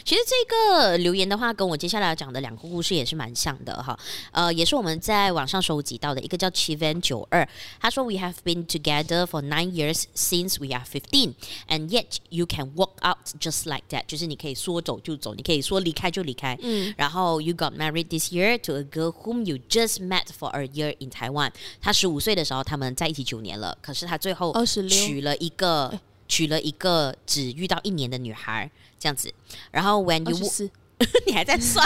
其实这个留言的话，跟我接下来要讲的两个故事也是蛮像的哈。呃，也是我们在网上收集到的，一个叫 Chivan 九二，他说：“We have been together for nine years since we are fifteen, and yet you can walk out just like that，就是你可以说走就走，你可以说离开就离开。嗯，然后 You got married this year to a girl whom you just met for a year in Taiwan。他十五岁的时候，他们在一起九年了，可是他最后
26
娶了一个。”娶了一个只遇到一年的女孩，这样子。然后 when you 你还在算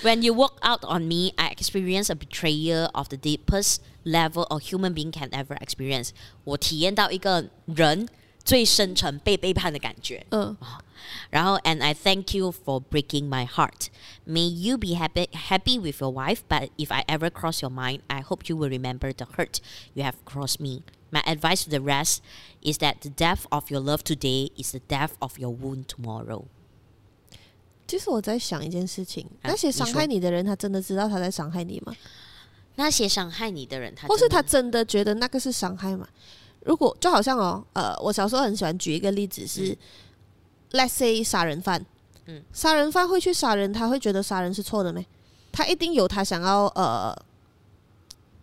？When you walk out on me, I experience a betrayal of the deepest level a human being can ever experience。我体验到一个人最深沉被背叛的感觉。
嗯
然后，and I thank you for breaking my heart. May you be happy happy with your wife, but if I ever cross your mind, I hope you will remember the hurt you have caused me. My advice to the rest is that the death of your love today is the death of your wound tomorrow. 啊，那些伤害你的人，他
或是
真的
他真的觉得那个是伤害嘛？如果就好像哦，呃，我小时候很喜欢举一个例子是、l e t s say 杀人犯，嗯，杀人犯会去杀人，他会觉得杀人是错的没？他一定有他想要呃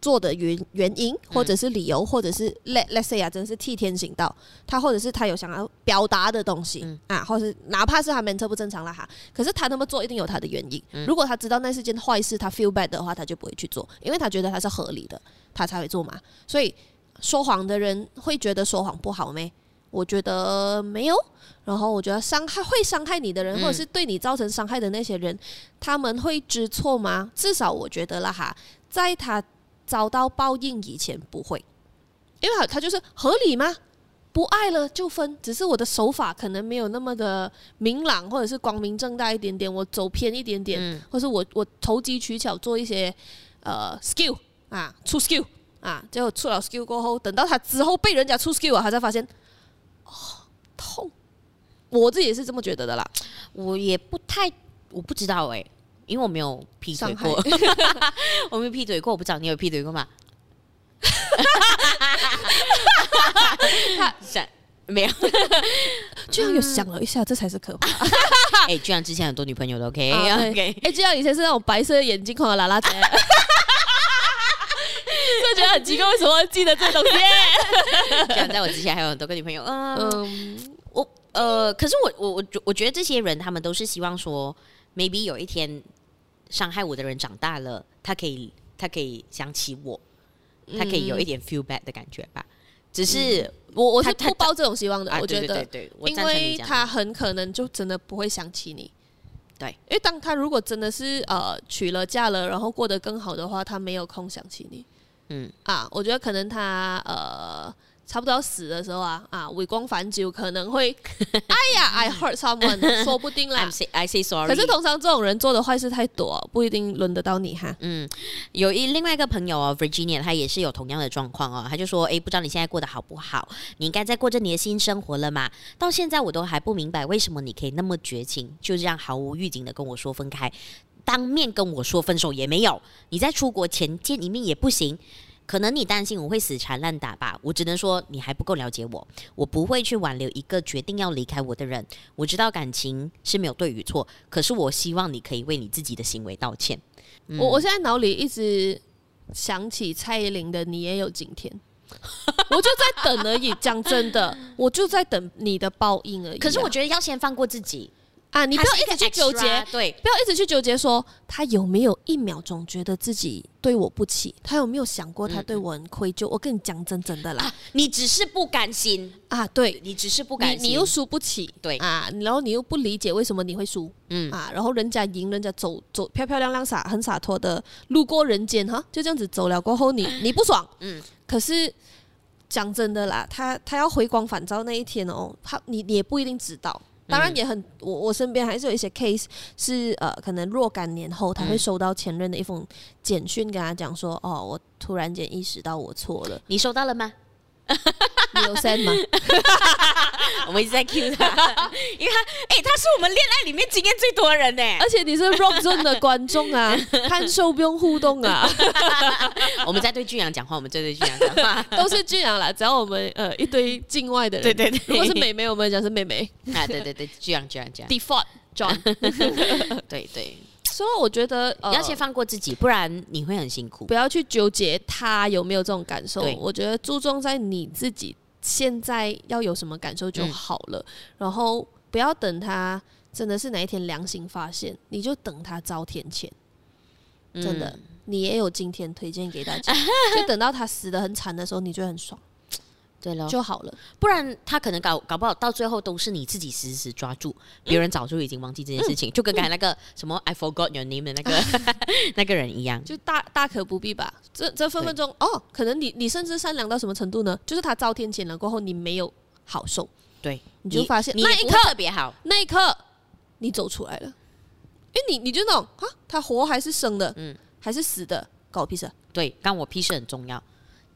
做的原原因，
嗯
或者是理由，或者是 let let's say 啊，真的是替天行道，他或者是他有想要表达的东西、
嗯
啊，或是哪怕是他们这不正常了哈，可是他那么做一定有他的原因。如果他知道那是件坏事，他 feel bad 的话，他就不会去做，因为他觉得他是合理的，他才会做嘛。所以说谎的人会觉得说谎不好咩？我觉得没有。然后我觉得伤害会伤害你的人，
嗯
或者是对你造成伤害的那些人，他们会知错吗？至少我觉得啦哈，在他遭到报应以前不会，因为他他就是合理吗？不爱了就分，只是我的手法可能没有那么的明朗，或者是光明正大一点点，我走偏一点点，
嗯
或是我我投机取巧做一些呃 skill 啊出 skill 啊，结果出了 skill 过后，等到他之后被人家出 skill 啊，他才发现哦痛，我自己也是这么觉得的啦，
我也不太，我不知道哎、因为我没有劈腿
伤害
过， 我没有劈腿过，我不知道你有劈腿过吗？ 闪没有，
居然有想了一下，这才是可怕。
哎、居然之前很多女朋友的 OK
啊对
OK，
哎，就像以前是那种白色的眼睛，看到拉拉姐，
就觉得很奇怪，为什么要记得这东西？
像在我之前还有很多个女朋友，嗯，
嗯，
我呃，可是我我我觉我觉得这些人他们都是希望说，maybe 有一天伤害我的人长大了，他可以他可以想起我，他可以
嗯
有一点 feel bad 的感觉吧。只是
我我是
他他
不抱这种希望的
啊，，
嗯我觉
对对
得
对，对我
因
赞成你
为
这样
他很可能就真的不会想起你。
对，
因为当他如果真的是呃娶了嫁了，然后过得更好的话，他没有空想起你。
嗯
啊，我觉得可能他呃差不多要死的时候啊啊回光返照，可 能会哎呀 I hurt someone，说不定啦
I'm。say I say sorry。
可是通常这种人做的坏事太多，不一定轮得到你哈。
嗯，有一另外一个朋友哦，Virginia，她也是有同样的状况哦。她就说：“诶，不知道你现在过得好不好？你应该在过着你的新生活了嘛？到现在我都还不明白，为什么你可以那么绝情，就这样毫无预警的跟我说分开，当面跟我说分手也没有，你在出国前见一面也不行。”可能你担心我会死缠烂打吧，我只能说你还不够了解我，我不会去挽留一个决定要离开我的人。我知道感情是没有对与错，可是我希望你可以为你自己的行为道歉。嗯
我我现在脑里一直想起蔡依林的《你也有今天》， 我就在等而已。讲真的，我就在等你的报应而已啊、
可是我觉得要先放过自己，
啊，你不
它
要
是
一直
个
去纠
extra，
结，
对，
不要一直去纠结说他有没有一秒钟觉得自己对我不起，他有没有想过他
嗯
对我很愧疚？我跟你讲真真的啦，
你只是不甘心，
啊，对。
你只是不
你
甘心，
你又输不起，
对
啊，然后你又不理解为什么你会输，
嗯
啊，然后人家赢，人家走走漂漂亮亮洒很洒脱的路过人间哈，就这样子走了过后 你你不爽，
嗯，
可是讲真的啦，他他要回光返照那一天哦，他你你也不一定知道。
嗯
当然也很，我我身边还是有一些 case 是呃，可能若干年
嗯
后他会收到前任的一封简讯，跟他讲说，哦，我突然间意识到我错了，
你收到了吗？
你有 send 吗？
我们一直在 cue 他， 因为他，哎、他是我们恋爱里面经验最多的人呢。
而且你是 Rock Zone 的观众啊，看秀不用互动 啊，，
我们在对俊阳讲话，我们在对俊阳讲话
都是这样啦。只要我们呃一堆境外的 人，
对对对
如果是美眉，我们讲是妹妹
啊，对对对，俊阳俊阳 俊
default John。
阳，对对，
所以我觉得、呃
你要先放过自己，不然你会很辛苦
不。要去纠结他有没有这种感受
对。
我觉得注重在你自己现在要有什么感受就好了，
嗯
然后不要等他真的是哪一天良心发现，你就等他遭天谴。
嗯
真的，你也有今天，推荐给大 家，就等到他死的很惨的时候，你就很爽
对了，
就好了。
不然他可能搞搞不好到最后都是你自己死死抓住，别人早就已经忘记这件事情，就跟刚才那个什么 I forgot your name 的那个 那个人一样。
就大大可不必吧。这这分分钟哦，可能你你甚至善良到什么程度呢？就是他遭天谴了过后，你没有好受，
对，
你就发现
你
那
也
一
不
刻
会特别好，
那一刻你走出来了，因为你你就那种啊，他活还是生的，
嗯
还是死的，搞我屁事。
对，干我屁事很重要，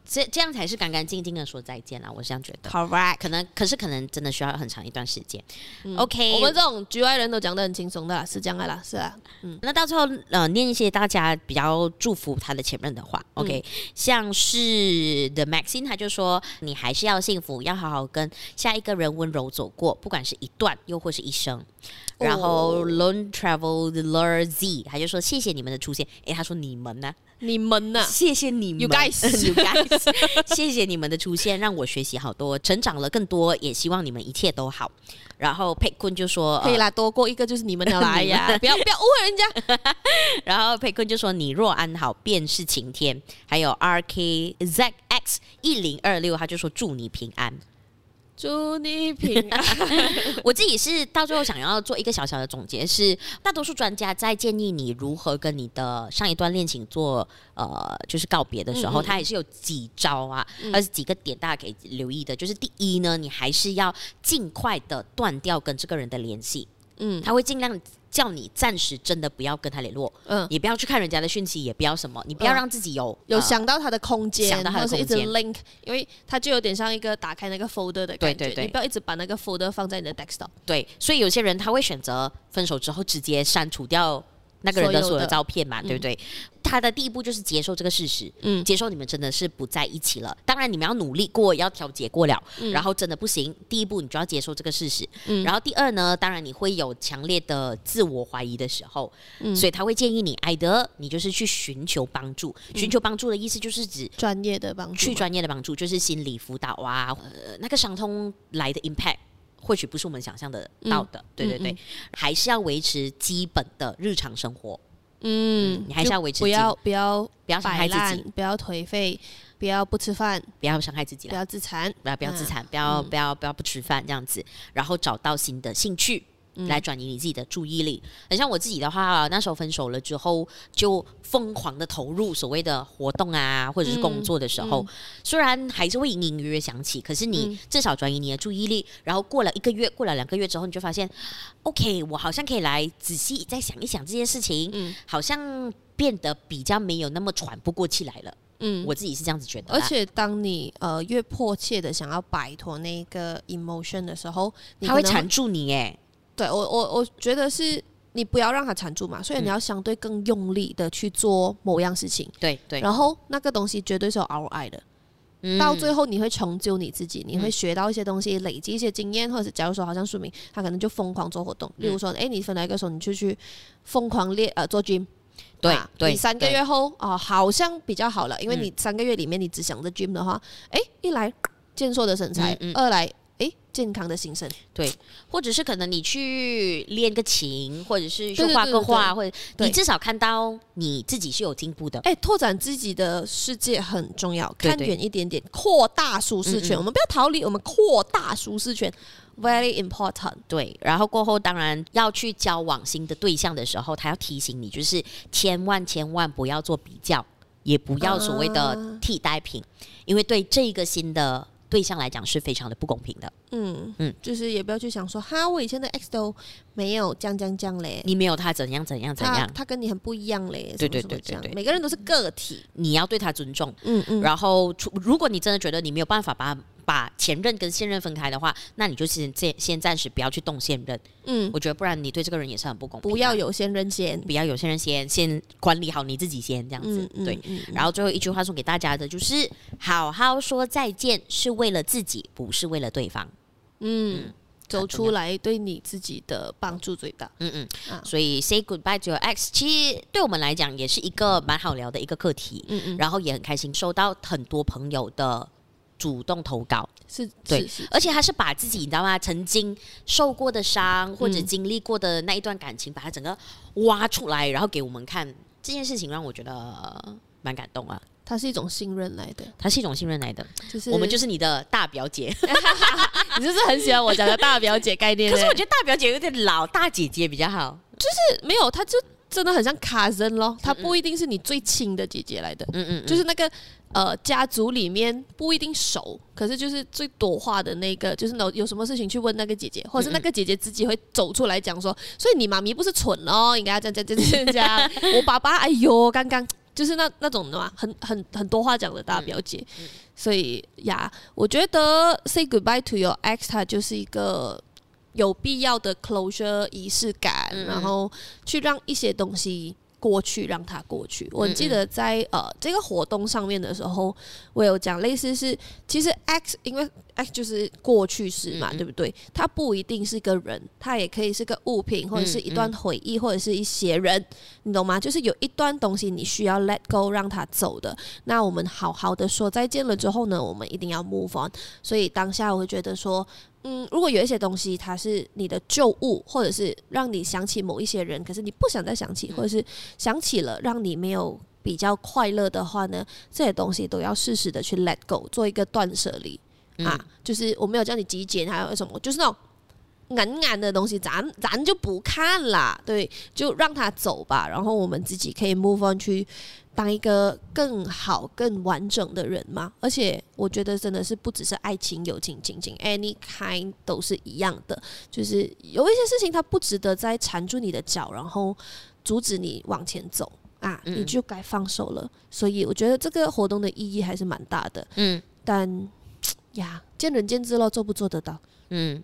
这这样才是干干净净的说再见啦，我是这样觉得。
Correct。嗯
可能，可是可能真的需要很长一段时间。OK，
我们这种局外人都讲得很轻松的啦，是这样的啦，是啊，
那到最后呃念一些大家比较祝福他的前任的话，OK，、像
嗯
是 The Maxine 他就说你还是要幸福，要好好跟下一个人温柔走过，不管是一段又或是一生。然后
哦
Lone Traveler Z 他就说谢谢你们的出现，诶，他说你们呢、
你们呐、
谢谢 你们
You guys.
，You guys，谢谢你们的出现，让我学习好多，成长了更多，也希望你们一切都好。然后佩坤就说，
可以
呃
啦，多过一个就是啊 你们的啦，哎呀，不要不要误会人家。
然后佩坤就说你若安好便是晴天。还有 R K Z X 一零二六，他就说祝你平安。
祝你平安。
我自己是到最后想要做一个小小的总结是，大多数专家在建议你如何跟你的上一段恋情做呃就是告别的时候，
嗯嗯嗯
他也是有几招啊，而是几个点大家可以留意的。就是第一呢，你还是要尽快的断掉跟这个人的联系，
嗯
他会尽量叫你暂时真的不要跟他联络，
嗯，
也不要去看人家的讯息，也不要什么，你不要
嗯
让自己有、
有
呃
想到它的空间，
想到它的
或是一直
空间
link，因为它就有点像一个打开那个 folder 的感
对
觉，
对对
你不要一直把那个 folder 放在你的 desktop。
对，所以有些人他会选择分手之后直接删除掉那个人的
所有的
所有的照片嘛，对不对？他的第一步就是接受这个事实，
嗯
接受你们真的是不在一起了。当然，你们要努力过，要调节过了。
嗯
然后真的不行，第一步你就要接受这个事实。然后第二呢，当然你会有强烈的自我怀疑的时候，
嗯
所以他会建议你，艾德，你就是去寻求帮助。
嗯
寻求帮助的意思就是指
专业的帮助
去
嘛
专业的帮助，就是心理辅导啊，呃，那个伤痛来的 impact。或许不是我们想象得到
嗯
的，对对对，还是要维持基本的日常生活，
嗯，
你还是要
就
维持
不
基
要不要
不要伤
摆
害自
烂
己，，
不要颓废，不要不吃饭，
不要伤害自己
不
啦，
要自残。
不要不要自
嗯
残，不要不要不要不吃饭这样子，然后找到新的兴趣。
嗯
来转移你自己的注意力。很像我自己的话，那时候分手了之后，就疯狂的投入所谓的活动啊，或者是工作的时
嗯
候，虽然还是会隐隐约约想起，可是你至少转移你的注意力。然后过了一个月，过了两个月之后，你就发现，OK，我好像可以来仔细再想一想这件事情，
嗯
好像变得比较没有那么喘不过气来了。
嗯，
我自己是这样子觉得啦，
而且当你呃越迫切的想要摆脱那个 emotion 的时候，你
它
可
会
能
缠住你哎。
对我我我觉得是你不要让它缠住嘛，所以
嗯
你要相对更用力的去做某样事情，
对对，
然后那个东西绝对是有 ROI 的，
嗯
到最后你会成就你自己，你会学到一些东西，累积一些经验，或者是假如说好像书明他可能就疯狂做活
嗯
动，例如说，诶，你分了一个时候你就去疯狂练呃做 gym。
对
啊
对
你三个
对
月后啊、好像比较好了，因为
嗯
你三个月里面你只想着 gym 的话，诶，一来健硕的身材，
嗯嗯
二来诶健康的心身，
或者是可能你去练个琴，或者是去
对对
画
对
个
对
画，或者
对
你至少看到你自己是有进步的。
哎、拓展自己的世界很重要，
对
看
对
远一点点，扩大舒适圈。
嗯嗯
我们不要逃离，我们扩大舒适圈，very important。
对，然后过后当然要去交往新的对象的时候，他要提醒你，就是千万千万不要做比较，也不要所谓的
啊
替代品，因为对这个新的对象来讲是非常的不公平的。
嗯
嗯
嗯，就是也不要去想说哈，我以前的 X 都没有这样这样这样嘞，
你没有他怎样怎样怎
他
样，
他跟你很不一样嘞，
对
什么
对
什么
对对
这样
对
每个人都是个体。
你要对他尊重。
嗯嗯，
然后除，如果你真的觉得你没有办法把把前任跟现任分开的话，那你就先先先暂时不要去动现任。
嗯，
我觉得不然你对这个人也是很不公平的。
不要有先人先。
不要有些人先先管理好你自己先这样子
嗯，嗯，
对。
嗯，
然后最后一句话送给大家的就是：好好说再见，是为了自己，不是为了对方。
嗯，走
很重要
出来对你自己的帮助最大。
嗯嗯，
啊
所以 say goodbye to your ex，其实对我们来讲也是一个蛮好聊的一个课题。
嗯嗯，
然后也很开心收到很多朋友的主动投稿，
是，
对
是是，
而且他是把自己你知道吗？曾经受过的伤或者
嗯
经历过的那一段感情，把它整个挖出来，然后给我们看这件事情，让我觉得呃蛮感动啊。
它是一种信任来的，
它是一种信任来的，
就是
我们就是你的大表姐。
你就是很喜欢我讲的大表姐概 念
可
嘞。
是我觉得大表姐有点老，大姐姐比较好。
没有，她就真的很像 cousin 咯，她不一定是你最亲的姐姐来的，
嗯嗯，嗯
就是那个呃家族里面不一定熟，可是就是最多话的那个，就是有有什么事情去问那个姐姐，或者是那个姐姐自己会走出来讲说，所以你妈咪不是蠢哦，应该要这样这样这样这样这样，我爸爸哎呦刚刚。就是那那种的嘛，很很很多话讲的大表姐，
嗯
所以呀我觉得 say goodbye to your ex，它就是一个有必要的 closure 仪式感，
嗯嗯
然后去让一些东西过去，让它过
嗯
去。我记得在呃这个活动上面的时候，我有讲类似是，其实 X 因为 X 就是过去式嘛，
嗯嗯
对不对？它不一定是个人，它也可以是个物品，或者是一段回忆，或者是一些人，你懂吗？就是有一段东西你需要 let go 让它走的。那我们好好的说再见了之后呢，我们一定要 move on。所以当下我会觉得说，嗯，如果有一些东西它是你的旧物，或者是让你想起某一些人，可是你不想再想起，或者是想起了让你没有比较快乐的话呢，这些东西都要适时的去 let go，做一个断舍离、啊。就是我没有叫你极简，还有什么，就是那种。硬硬的东西，咱咱就不看啦，对，就让它走吧。然后我们自己可以 move on 去当一个更好、更完整的人嘛。而且我觉得真的是不只是爱情、友情、亲情，any kind 都是一样的。就是有一些事情它不值得再缠住你的脚，然后阻止你往前走啊，
嗯
你就该放手了。所以我觉得这个活动的意义还是蛮大的，
嗯
但呀，见仁见智咯，做不做得到，
嗯，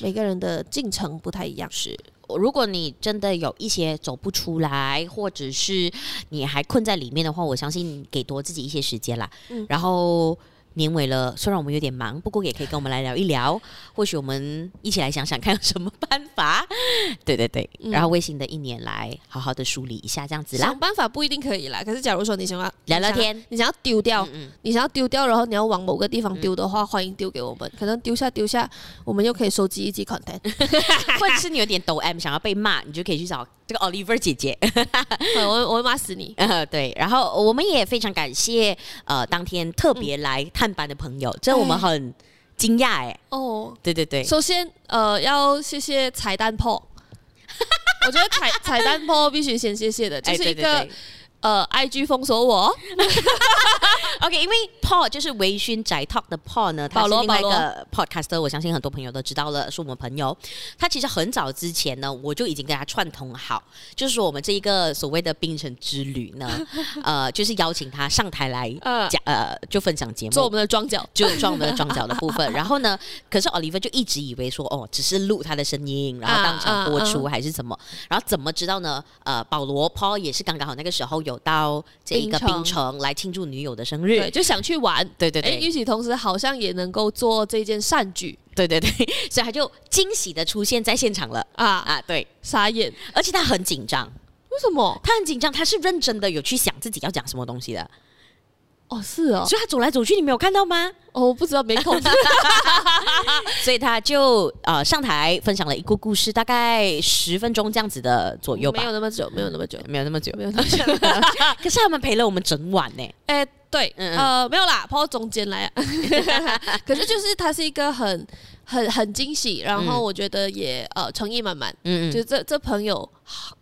每个人的进程不太一样。
是。如果你真的有一些走不出来，或者是你还困在里面的话，我相信给多自己一些时间啦。
嗯
然后年尾了，虽然我们有点忙，不过也可以跟我们来聊一聊，或许我们一起来想想看有什么办法。 对对对，
嗯
然后为新的一年来好好的梳理一下这样子啦
想，办法不一定可以啦。可是假如说你想要
聊聊，天。
你想要你想要丢掉
嗯，嗯，
你想要丢掉，然后你要往某个地方丢的话，欢迎丢给我们。可能丢下丢下，我们又可以收集一集 content， 啊
或者是你有点抖 M 想要被骂，你就可以去找这个 Oliver 姐姐。
嗯我我会骂死你。
呃，对，然后我们也非常感谢呃当天
嗯
特别来探班的朋友，这
哎
我们很惊讶哎，
哦，
对对对，
首先呃，要谢谢彩蛋 破。我觉得彩彩蛋破必须先谢谢的，就
哎
是一
对对
个、
对
呃，IG 封锁我，
OK，因为 Paul 就是微醺宅 Talk 的 Paul 呢，他
保
是
罗
另外一个 podcaster，我相信很多朋友都知道了，是我们朋友。他其实很早之前呢，我就已经跟他串通好，就是说我们这一个所谓的冰城之旅呢， 呃，就是邀请他上台来
呃，
讲，呃，就分享节目，
做我们的庄脚。
就撞我们的撞角的部分。然后呢，可是 Oliver 就一直以为说，哦，只是录他的声音，然后当场播出
啊
还是怎么？然后怎么知道呢？呃，保罗 Paul 也是刚刚好那个时候有到这一个
槟城
槟城来庆祝女友的生
对，
日。
就想去玩。
对对
哎，
对
与其同时，好像也能够做这件善举
对对对， 所以他就惊喜的出现在现场了
啊！
啊！对，
傻眼，
而且他很紧张，
为什么？
他很紧张，他是认真的有去想自己要讲什么东西的，
哦，是哦，
所以他走来走去，你没有看到吗？
哦，我不知道，没空。
所以他就呃上台分享了一个故事，大概十分钟这样子的左右吧，嗯
没有那么久，没有那么久，
没有那么久，
没有那么久。
可是他们陪了我们整晚呢。
哎，对，
嗯嗯
呃，没有啦，抛到中间来 啊。可是就是它是一个很很很惊喜，然后
嗯
我觉得也呃诚意满满，
嗯
就这这朋友。好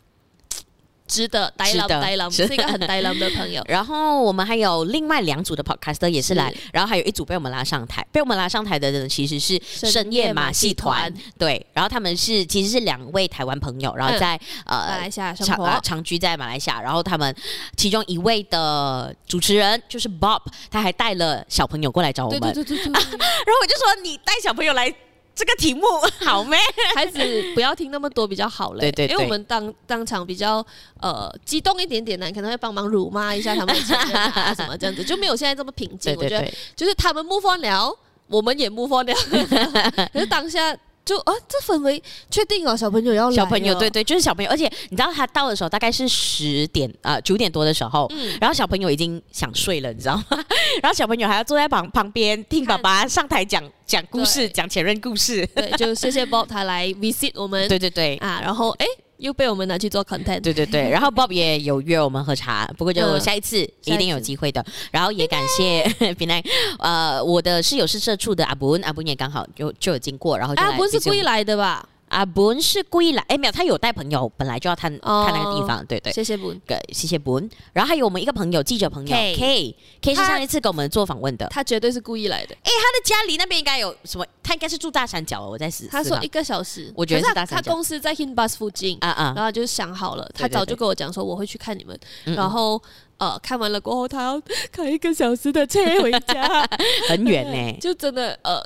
值得呆浪
值得
呆浪，
是。
是一个很呆浪的朋友
然后我们还有另外两组的 podcaster 也是来
是，
然后还有一组被我们拉上台，被我们拉上台的人其实是 深夜马戏团
深夜，
对，然后他们是其实是两位台湾朋友，然后在、
马
呃
来西亚生
长
活，
啊长居在马来西亚，然后他们其中一位的主持人就是 Bob，他还带了小朋友过来找我
对
们，
对对对对，
然后我就说你带小朋友来这个题目好咩？
孩子不要听那么多比较好嘞。
对对对
因为我们当当场比较呃激动一点点呢，你可能会帮忙辱骂一下他们以前在打啊什么这样子，就没有现在这么平静。
对 对
我觉得
对，
就是他们 move on 了，我们也 move on 了， 可是当下。就啊，这氛围确定哦，小朋友要来了
小朋友，对，对，就是小朋友，而且你知道他到的时候大概是十点呃九点多的时候，
嗯
然后小朋友已经想睡了，你知道吗？ 然后小朋友还要坐在旁旁边听爸
看
爸上台讲讲故事，
对
讲前任故事。
对，就谢谢 Bob 他来 visit 我们，
对对对。
啊，然后哎又被我们拿去做 content，
对对 对，然后 Bob 也有约我们喝茶，不过就
嗯
下一次
下一
一定
次
有机会的。然后也感谢 平安，呃，我的室友是社畜的阿文，阿文也刚好就就有经过，然后就
啊，
来
不是
visit
故意
我们，
来的吧？
阿文是故意来，哎没有，他有带朋友，本来就要探、探那个地
哦
方，对对。
谢谢不，
个谢谢 b o n 然后还有我们一个朋友，记者朋友
K
K，K 是
他
上一次给我们做访问的。
他绝对是故意来的。
哎，他的家离那边应该有什么？他应该是住大山脚哦，我在十
他
四
说
吧
一个小时，
我觉得
可
是
是
大
他
三
他
角
公司在 Hinbus 附近，
啊啊，
然后就想好了，
对
他
对
早就
对
跟我讲说我会去看你们，
嗯
然后呃看完了过后，他要开一个小时的车回 家，
很远 呢。
就真的呃。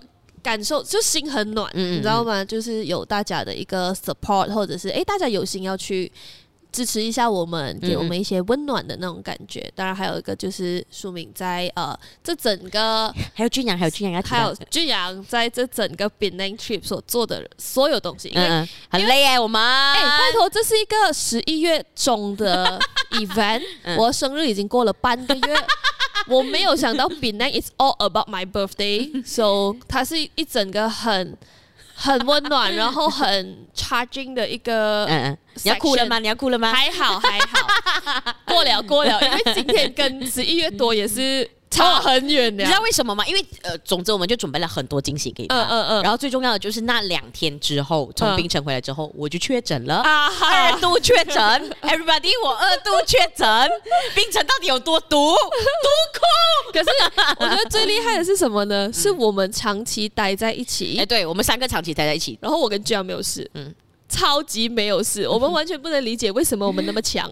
感受就心很暖，
嗯嗯
你知道吗？就是有大家的一个 support，或者是诶，大家有心要去支持一下我们，
嗯
给我们一些温暖的那种感觉。当然，还有一个就是书敏在呃这整个
还有俊阳，还有俊阳要提到
还有俊阳在这整个 Penang trip 所做的所有东西，因为
嗯嗯，很累哎，我们
哎、拜托，这是一个十一月 中的 event，、
嗯
我生日已经过了半个 月，我没有想到 b e n a n is all about my birthday，so 它是一整个很很温暖，然后很 charging 的一个，
嗯嗯，你要哭了吗？你要哭了吗？
还好还好，过了过了，因为今天 跟十一月多也是差很远
你
的
知，道为什么吗？因为呃，总之我们就准备了很多惊喜给
嗯
他。
嗯嗯，
然后最重要的就是那两天之后，从
嗯
槟城回来之后，我就确诊了。
啊
二
哈，
度确诊，everybody，我二度确诊，冰城到底有多毒？
可是我觉得最厉害的是什么
嗯
呢？是我们长期待在一起
哎、，对我们三个长期待在一起，
然后我跟 j 没有事，
嗯
嗯，超级没有事，我们完全不能理解为什么我们那么 强，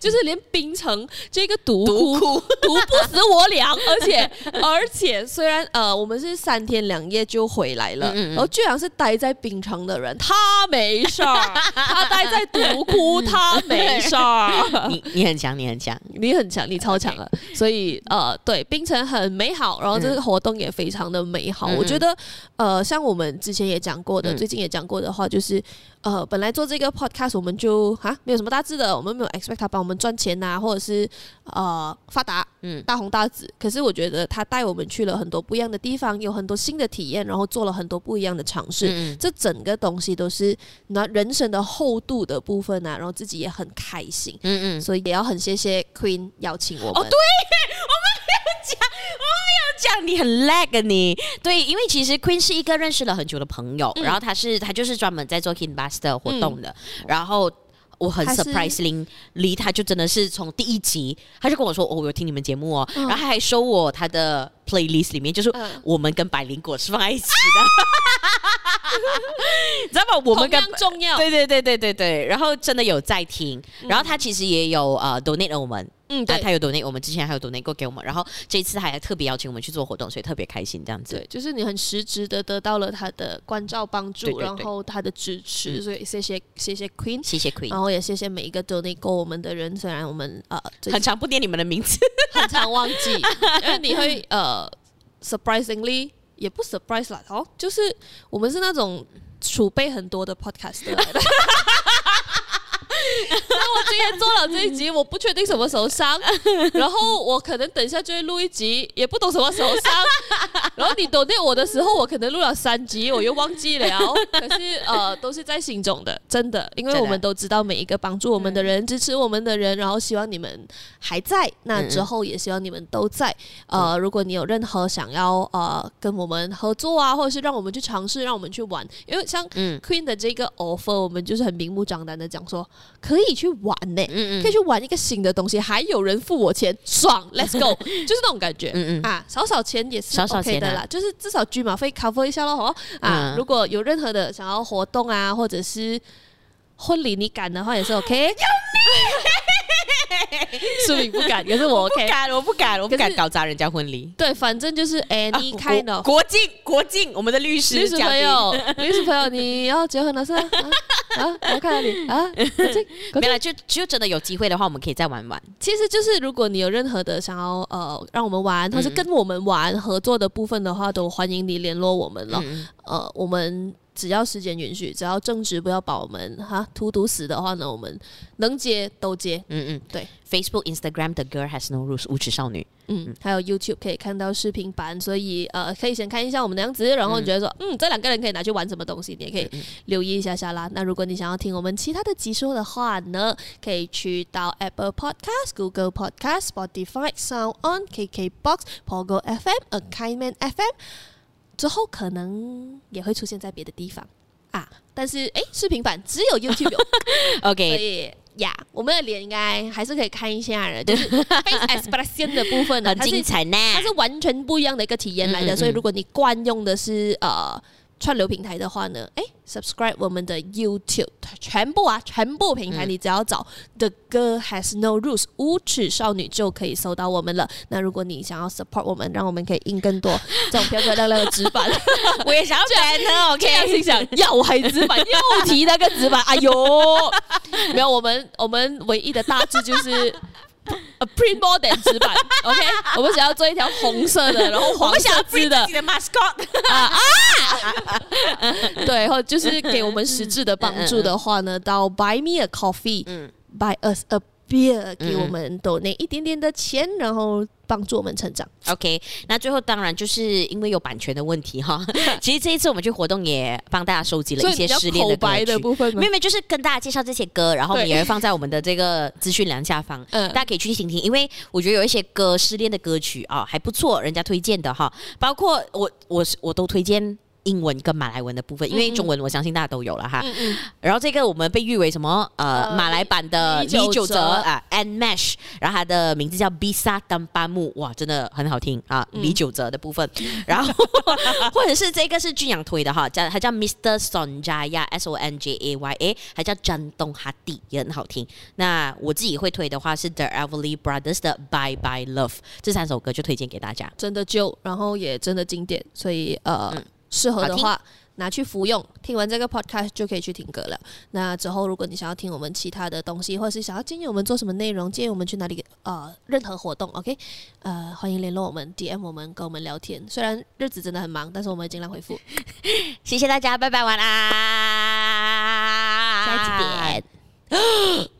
就是连槟城这个独
独
孤
哭，
毒不死我俩，而且而且虽然呃我们是三天两夜就回来了，
嗯嗯嗯
然后居然是待在槟城的人，他没事儿，他待在独 孤，他没事儿。
你你很强，你很强，
你很强，你超强了所以呃，对，槟城很美好，然后这个活动也非常的美好。
嗯
我觉得呃，像我们之前也讲过的，
嗯
最近也讲过的话，就是呃，本来做这个 podcast 我们就哈没有什么大志的，我们没有 expect 他帮我们赚钱呐、或者是呃发达，
嗯
大红大紫。可是我觉得他带我们去了很多不一样的地方，有很多新的体验，然后做了很多不一样的尝试。
嗯
这整个东西都是那人生的厚度的部分啊，然后自己也很开心。
嗯嗯，
所以也要很谢谢 Queen 邀请我们。
哦对这样你很 lag 啊你对，因为其实 Queen 是一个认识了很久的朋友，
嗯
然后他是他就是专门在做 King Buster 活动的，然后。我很
他是
surprising，离他就真的是从第一集，他就跟我说：“哦，我有听你们节目哦。
嗯
然后他还收我他的 playlist 里面，就是
嗯
我们跟百灵果是放在一起的， 你知道吗？我们跟
同样重要。
对对对对对对，然后真的有在听，然后他其实也有呃 donate 了我们，
嗯，
对，
对
他有 donate 我们之前还有 donate 过给我们，然后这次还特别邀请我们去做活动，所以特别开心这样子。
对，就是你很实质的得到了他的关照、帮助，
对对对
然后他的支持，
嗯
所以谢谢谢谢 Queen，
谢谢 Queen，、
然后也谢谢每一个 donate 过我们的人，虽然我们呃最
很常不念你们的名字，
很常忘记，因为你会呃 surprisingly 也不 surprise 啦，哦，就是我们是那种储备很多的 podcast 的。那我今天做了这一集，我不确定什么时候上，然后我可能等一下就会录一集，也不懂什么时候上。然后你 d o 我的时候，我可能录了三集，我又忘记了。可是呃，都是在心中的，真的，因为
真的
我们都知道每一个帮助我们的人、支持我们的人，然后希望你们还在，那
嗯
之后也希望你们都在。呃，如果你有任何想要呃跟我们合作啊，或者是让我们去尝试，让我们去玩，因为像
嗯
Queen 的这个 offer，我们就是很明目张胆的讲说可以去玩呢、
嗯
可以去玩一个新的东西，还有人付我钱，爽 ，Let's go，就是那种感觉。
嗯嗯
啊，少少钱也是
少少
OK
钱啊
的啦，就是至少居马费 cover 一下咯，哦啊，
嗯
如果有任何的想要活动啊，或者是婚礼你敢的话也是 OK。苏敏不敢，可是我 OK
不。敢，我不敢，我不
可
敢
是
搞砸人家婚 礼。
对，反正就是
啊
any kind
国
of
国境，国境，我们的律师
律师
嘉
朋
宾
友， 律师朋友，你要结婚了是吧？啊，啊我看到 你啊，国庆国庆
没了，就就真的有机会的话，我们可以再玩玩。
其实就是如果你有任何的想要呃让我们玩，
嗯
或是跟我们玩合作的部分的话，都欢迎你联络我们了。
嗯
呃，我们只要时间允许，只要正职不要把我们哈荼毒死的话呢，我们能接都接。
嗯嗯，
对
，Facebook、Instagram 的 Girl Has No Rules 无耻少女，
嗯，还有 YouTube 可以看到视频版，所以呃可以先看一下我们的样子，然后你觉得说嗯这两个人可以拿去玩什么东西，你也
嗯
可以留意一下下啦。那如果你想要听我们其他的集数的话呢，可以去到 Apple Podcast、Google Podcast、Spotify、Sound On、KKBox、Pogo FM、A Kind Man FM，之后可能也会出现在别的地方啊。但是诶，视频版只有 YouTube 有，所
OK，
以呀我们的脸应该还是可以看一下的，就是 face expression 的部分呢，啊
很
它
精
是
彩呢。
它是完全不一样的一个体验来
嗯嗯
的。
嗯
所以如果你惯用的是呃串流平台的话呢，哎，subscribe 我们的 YouTube，全部啊，全部平
嗯
台你只要找 The Girl Has No Rules 无耻少女就可以搜到我们了。那如果你想要 support 我们，让我们可以印 更多这种漂漂亮亮的纸板，
我也想要 ban OK，
这样心想，要我还纸板，又提那个纸板，哎呦， 没有，我们我们唯一的大致就是。呃 print more than 纸板，OK，我们想要做一条红色的，然后
我
黄
们想
色
要
字
free
的
自己，的 mascot。
对，或者就是给我们实质的帮助的话呢，到 buy me a coffee，
嗯
buy us a beer，给我们 donate 一点点的钱，然后帮助我们成长。
OK，那最后当然就是因为有版权的问题 哈，其实这一次我们去活动也帮大家收集了一些失恋
口
的
白
歌
的
曲。
部分吗
没有没有，就是跟大家介绍这些歌，然后我们
对
也会放在我们的这个资讯栏下方，
嗯
大家可以去听听。因为我觉得有一些哦歌失恋的歌曲啊、还不错，人家推荐的哈，包括我我我都推荐英文跟马来文的部分，因为
嗯嗯
中文我相信大家都有了哈。
嗯嗯，
然后这个我们被誉为什么？呃，
呃
马来版的
李
李
玖
玖哲
哲
啊，N Mesh，然后他的名字叫 Bisa d a m b a m u 哇，真的很好听啊，李玖哲的部分。然后或者是这个是俊阳推的哈， 叫他叫 Mr Sonjaya S O N J A Y A，还叫詹东哈蒂，也很好听。那我自己会推的话是 The Everly Brothers 的 Bye Bye Love，这三首歌就推荐给大家。
真的旧，然后也真的经典，所以呃，适合的话拿去服用。听完这个 podcast 就可以去听歌了。那之后，如果你想要听我们其他的东西，或者是想要建议我们做什么内容，建议我们去哪里呃任何活动，OK，呃，欢迎联络我们，DM 我们，跟我们聊天。虽然日子真的很忙，但是我们会尽量回复。
谢谢大家，拜拜，晚安。
下一集见。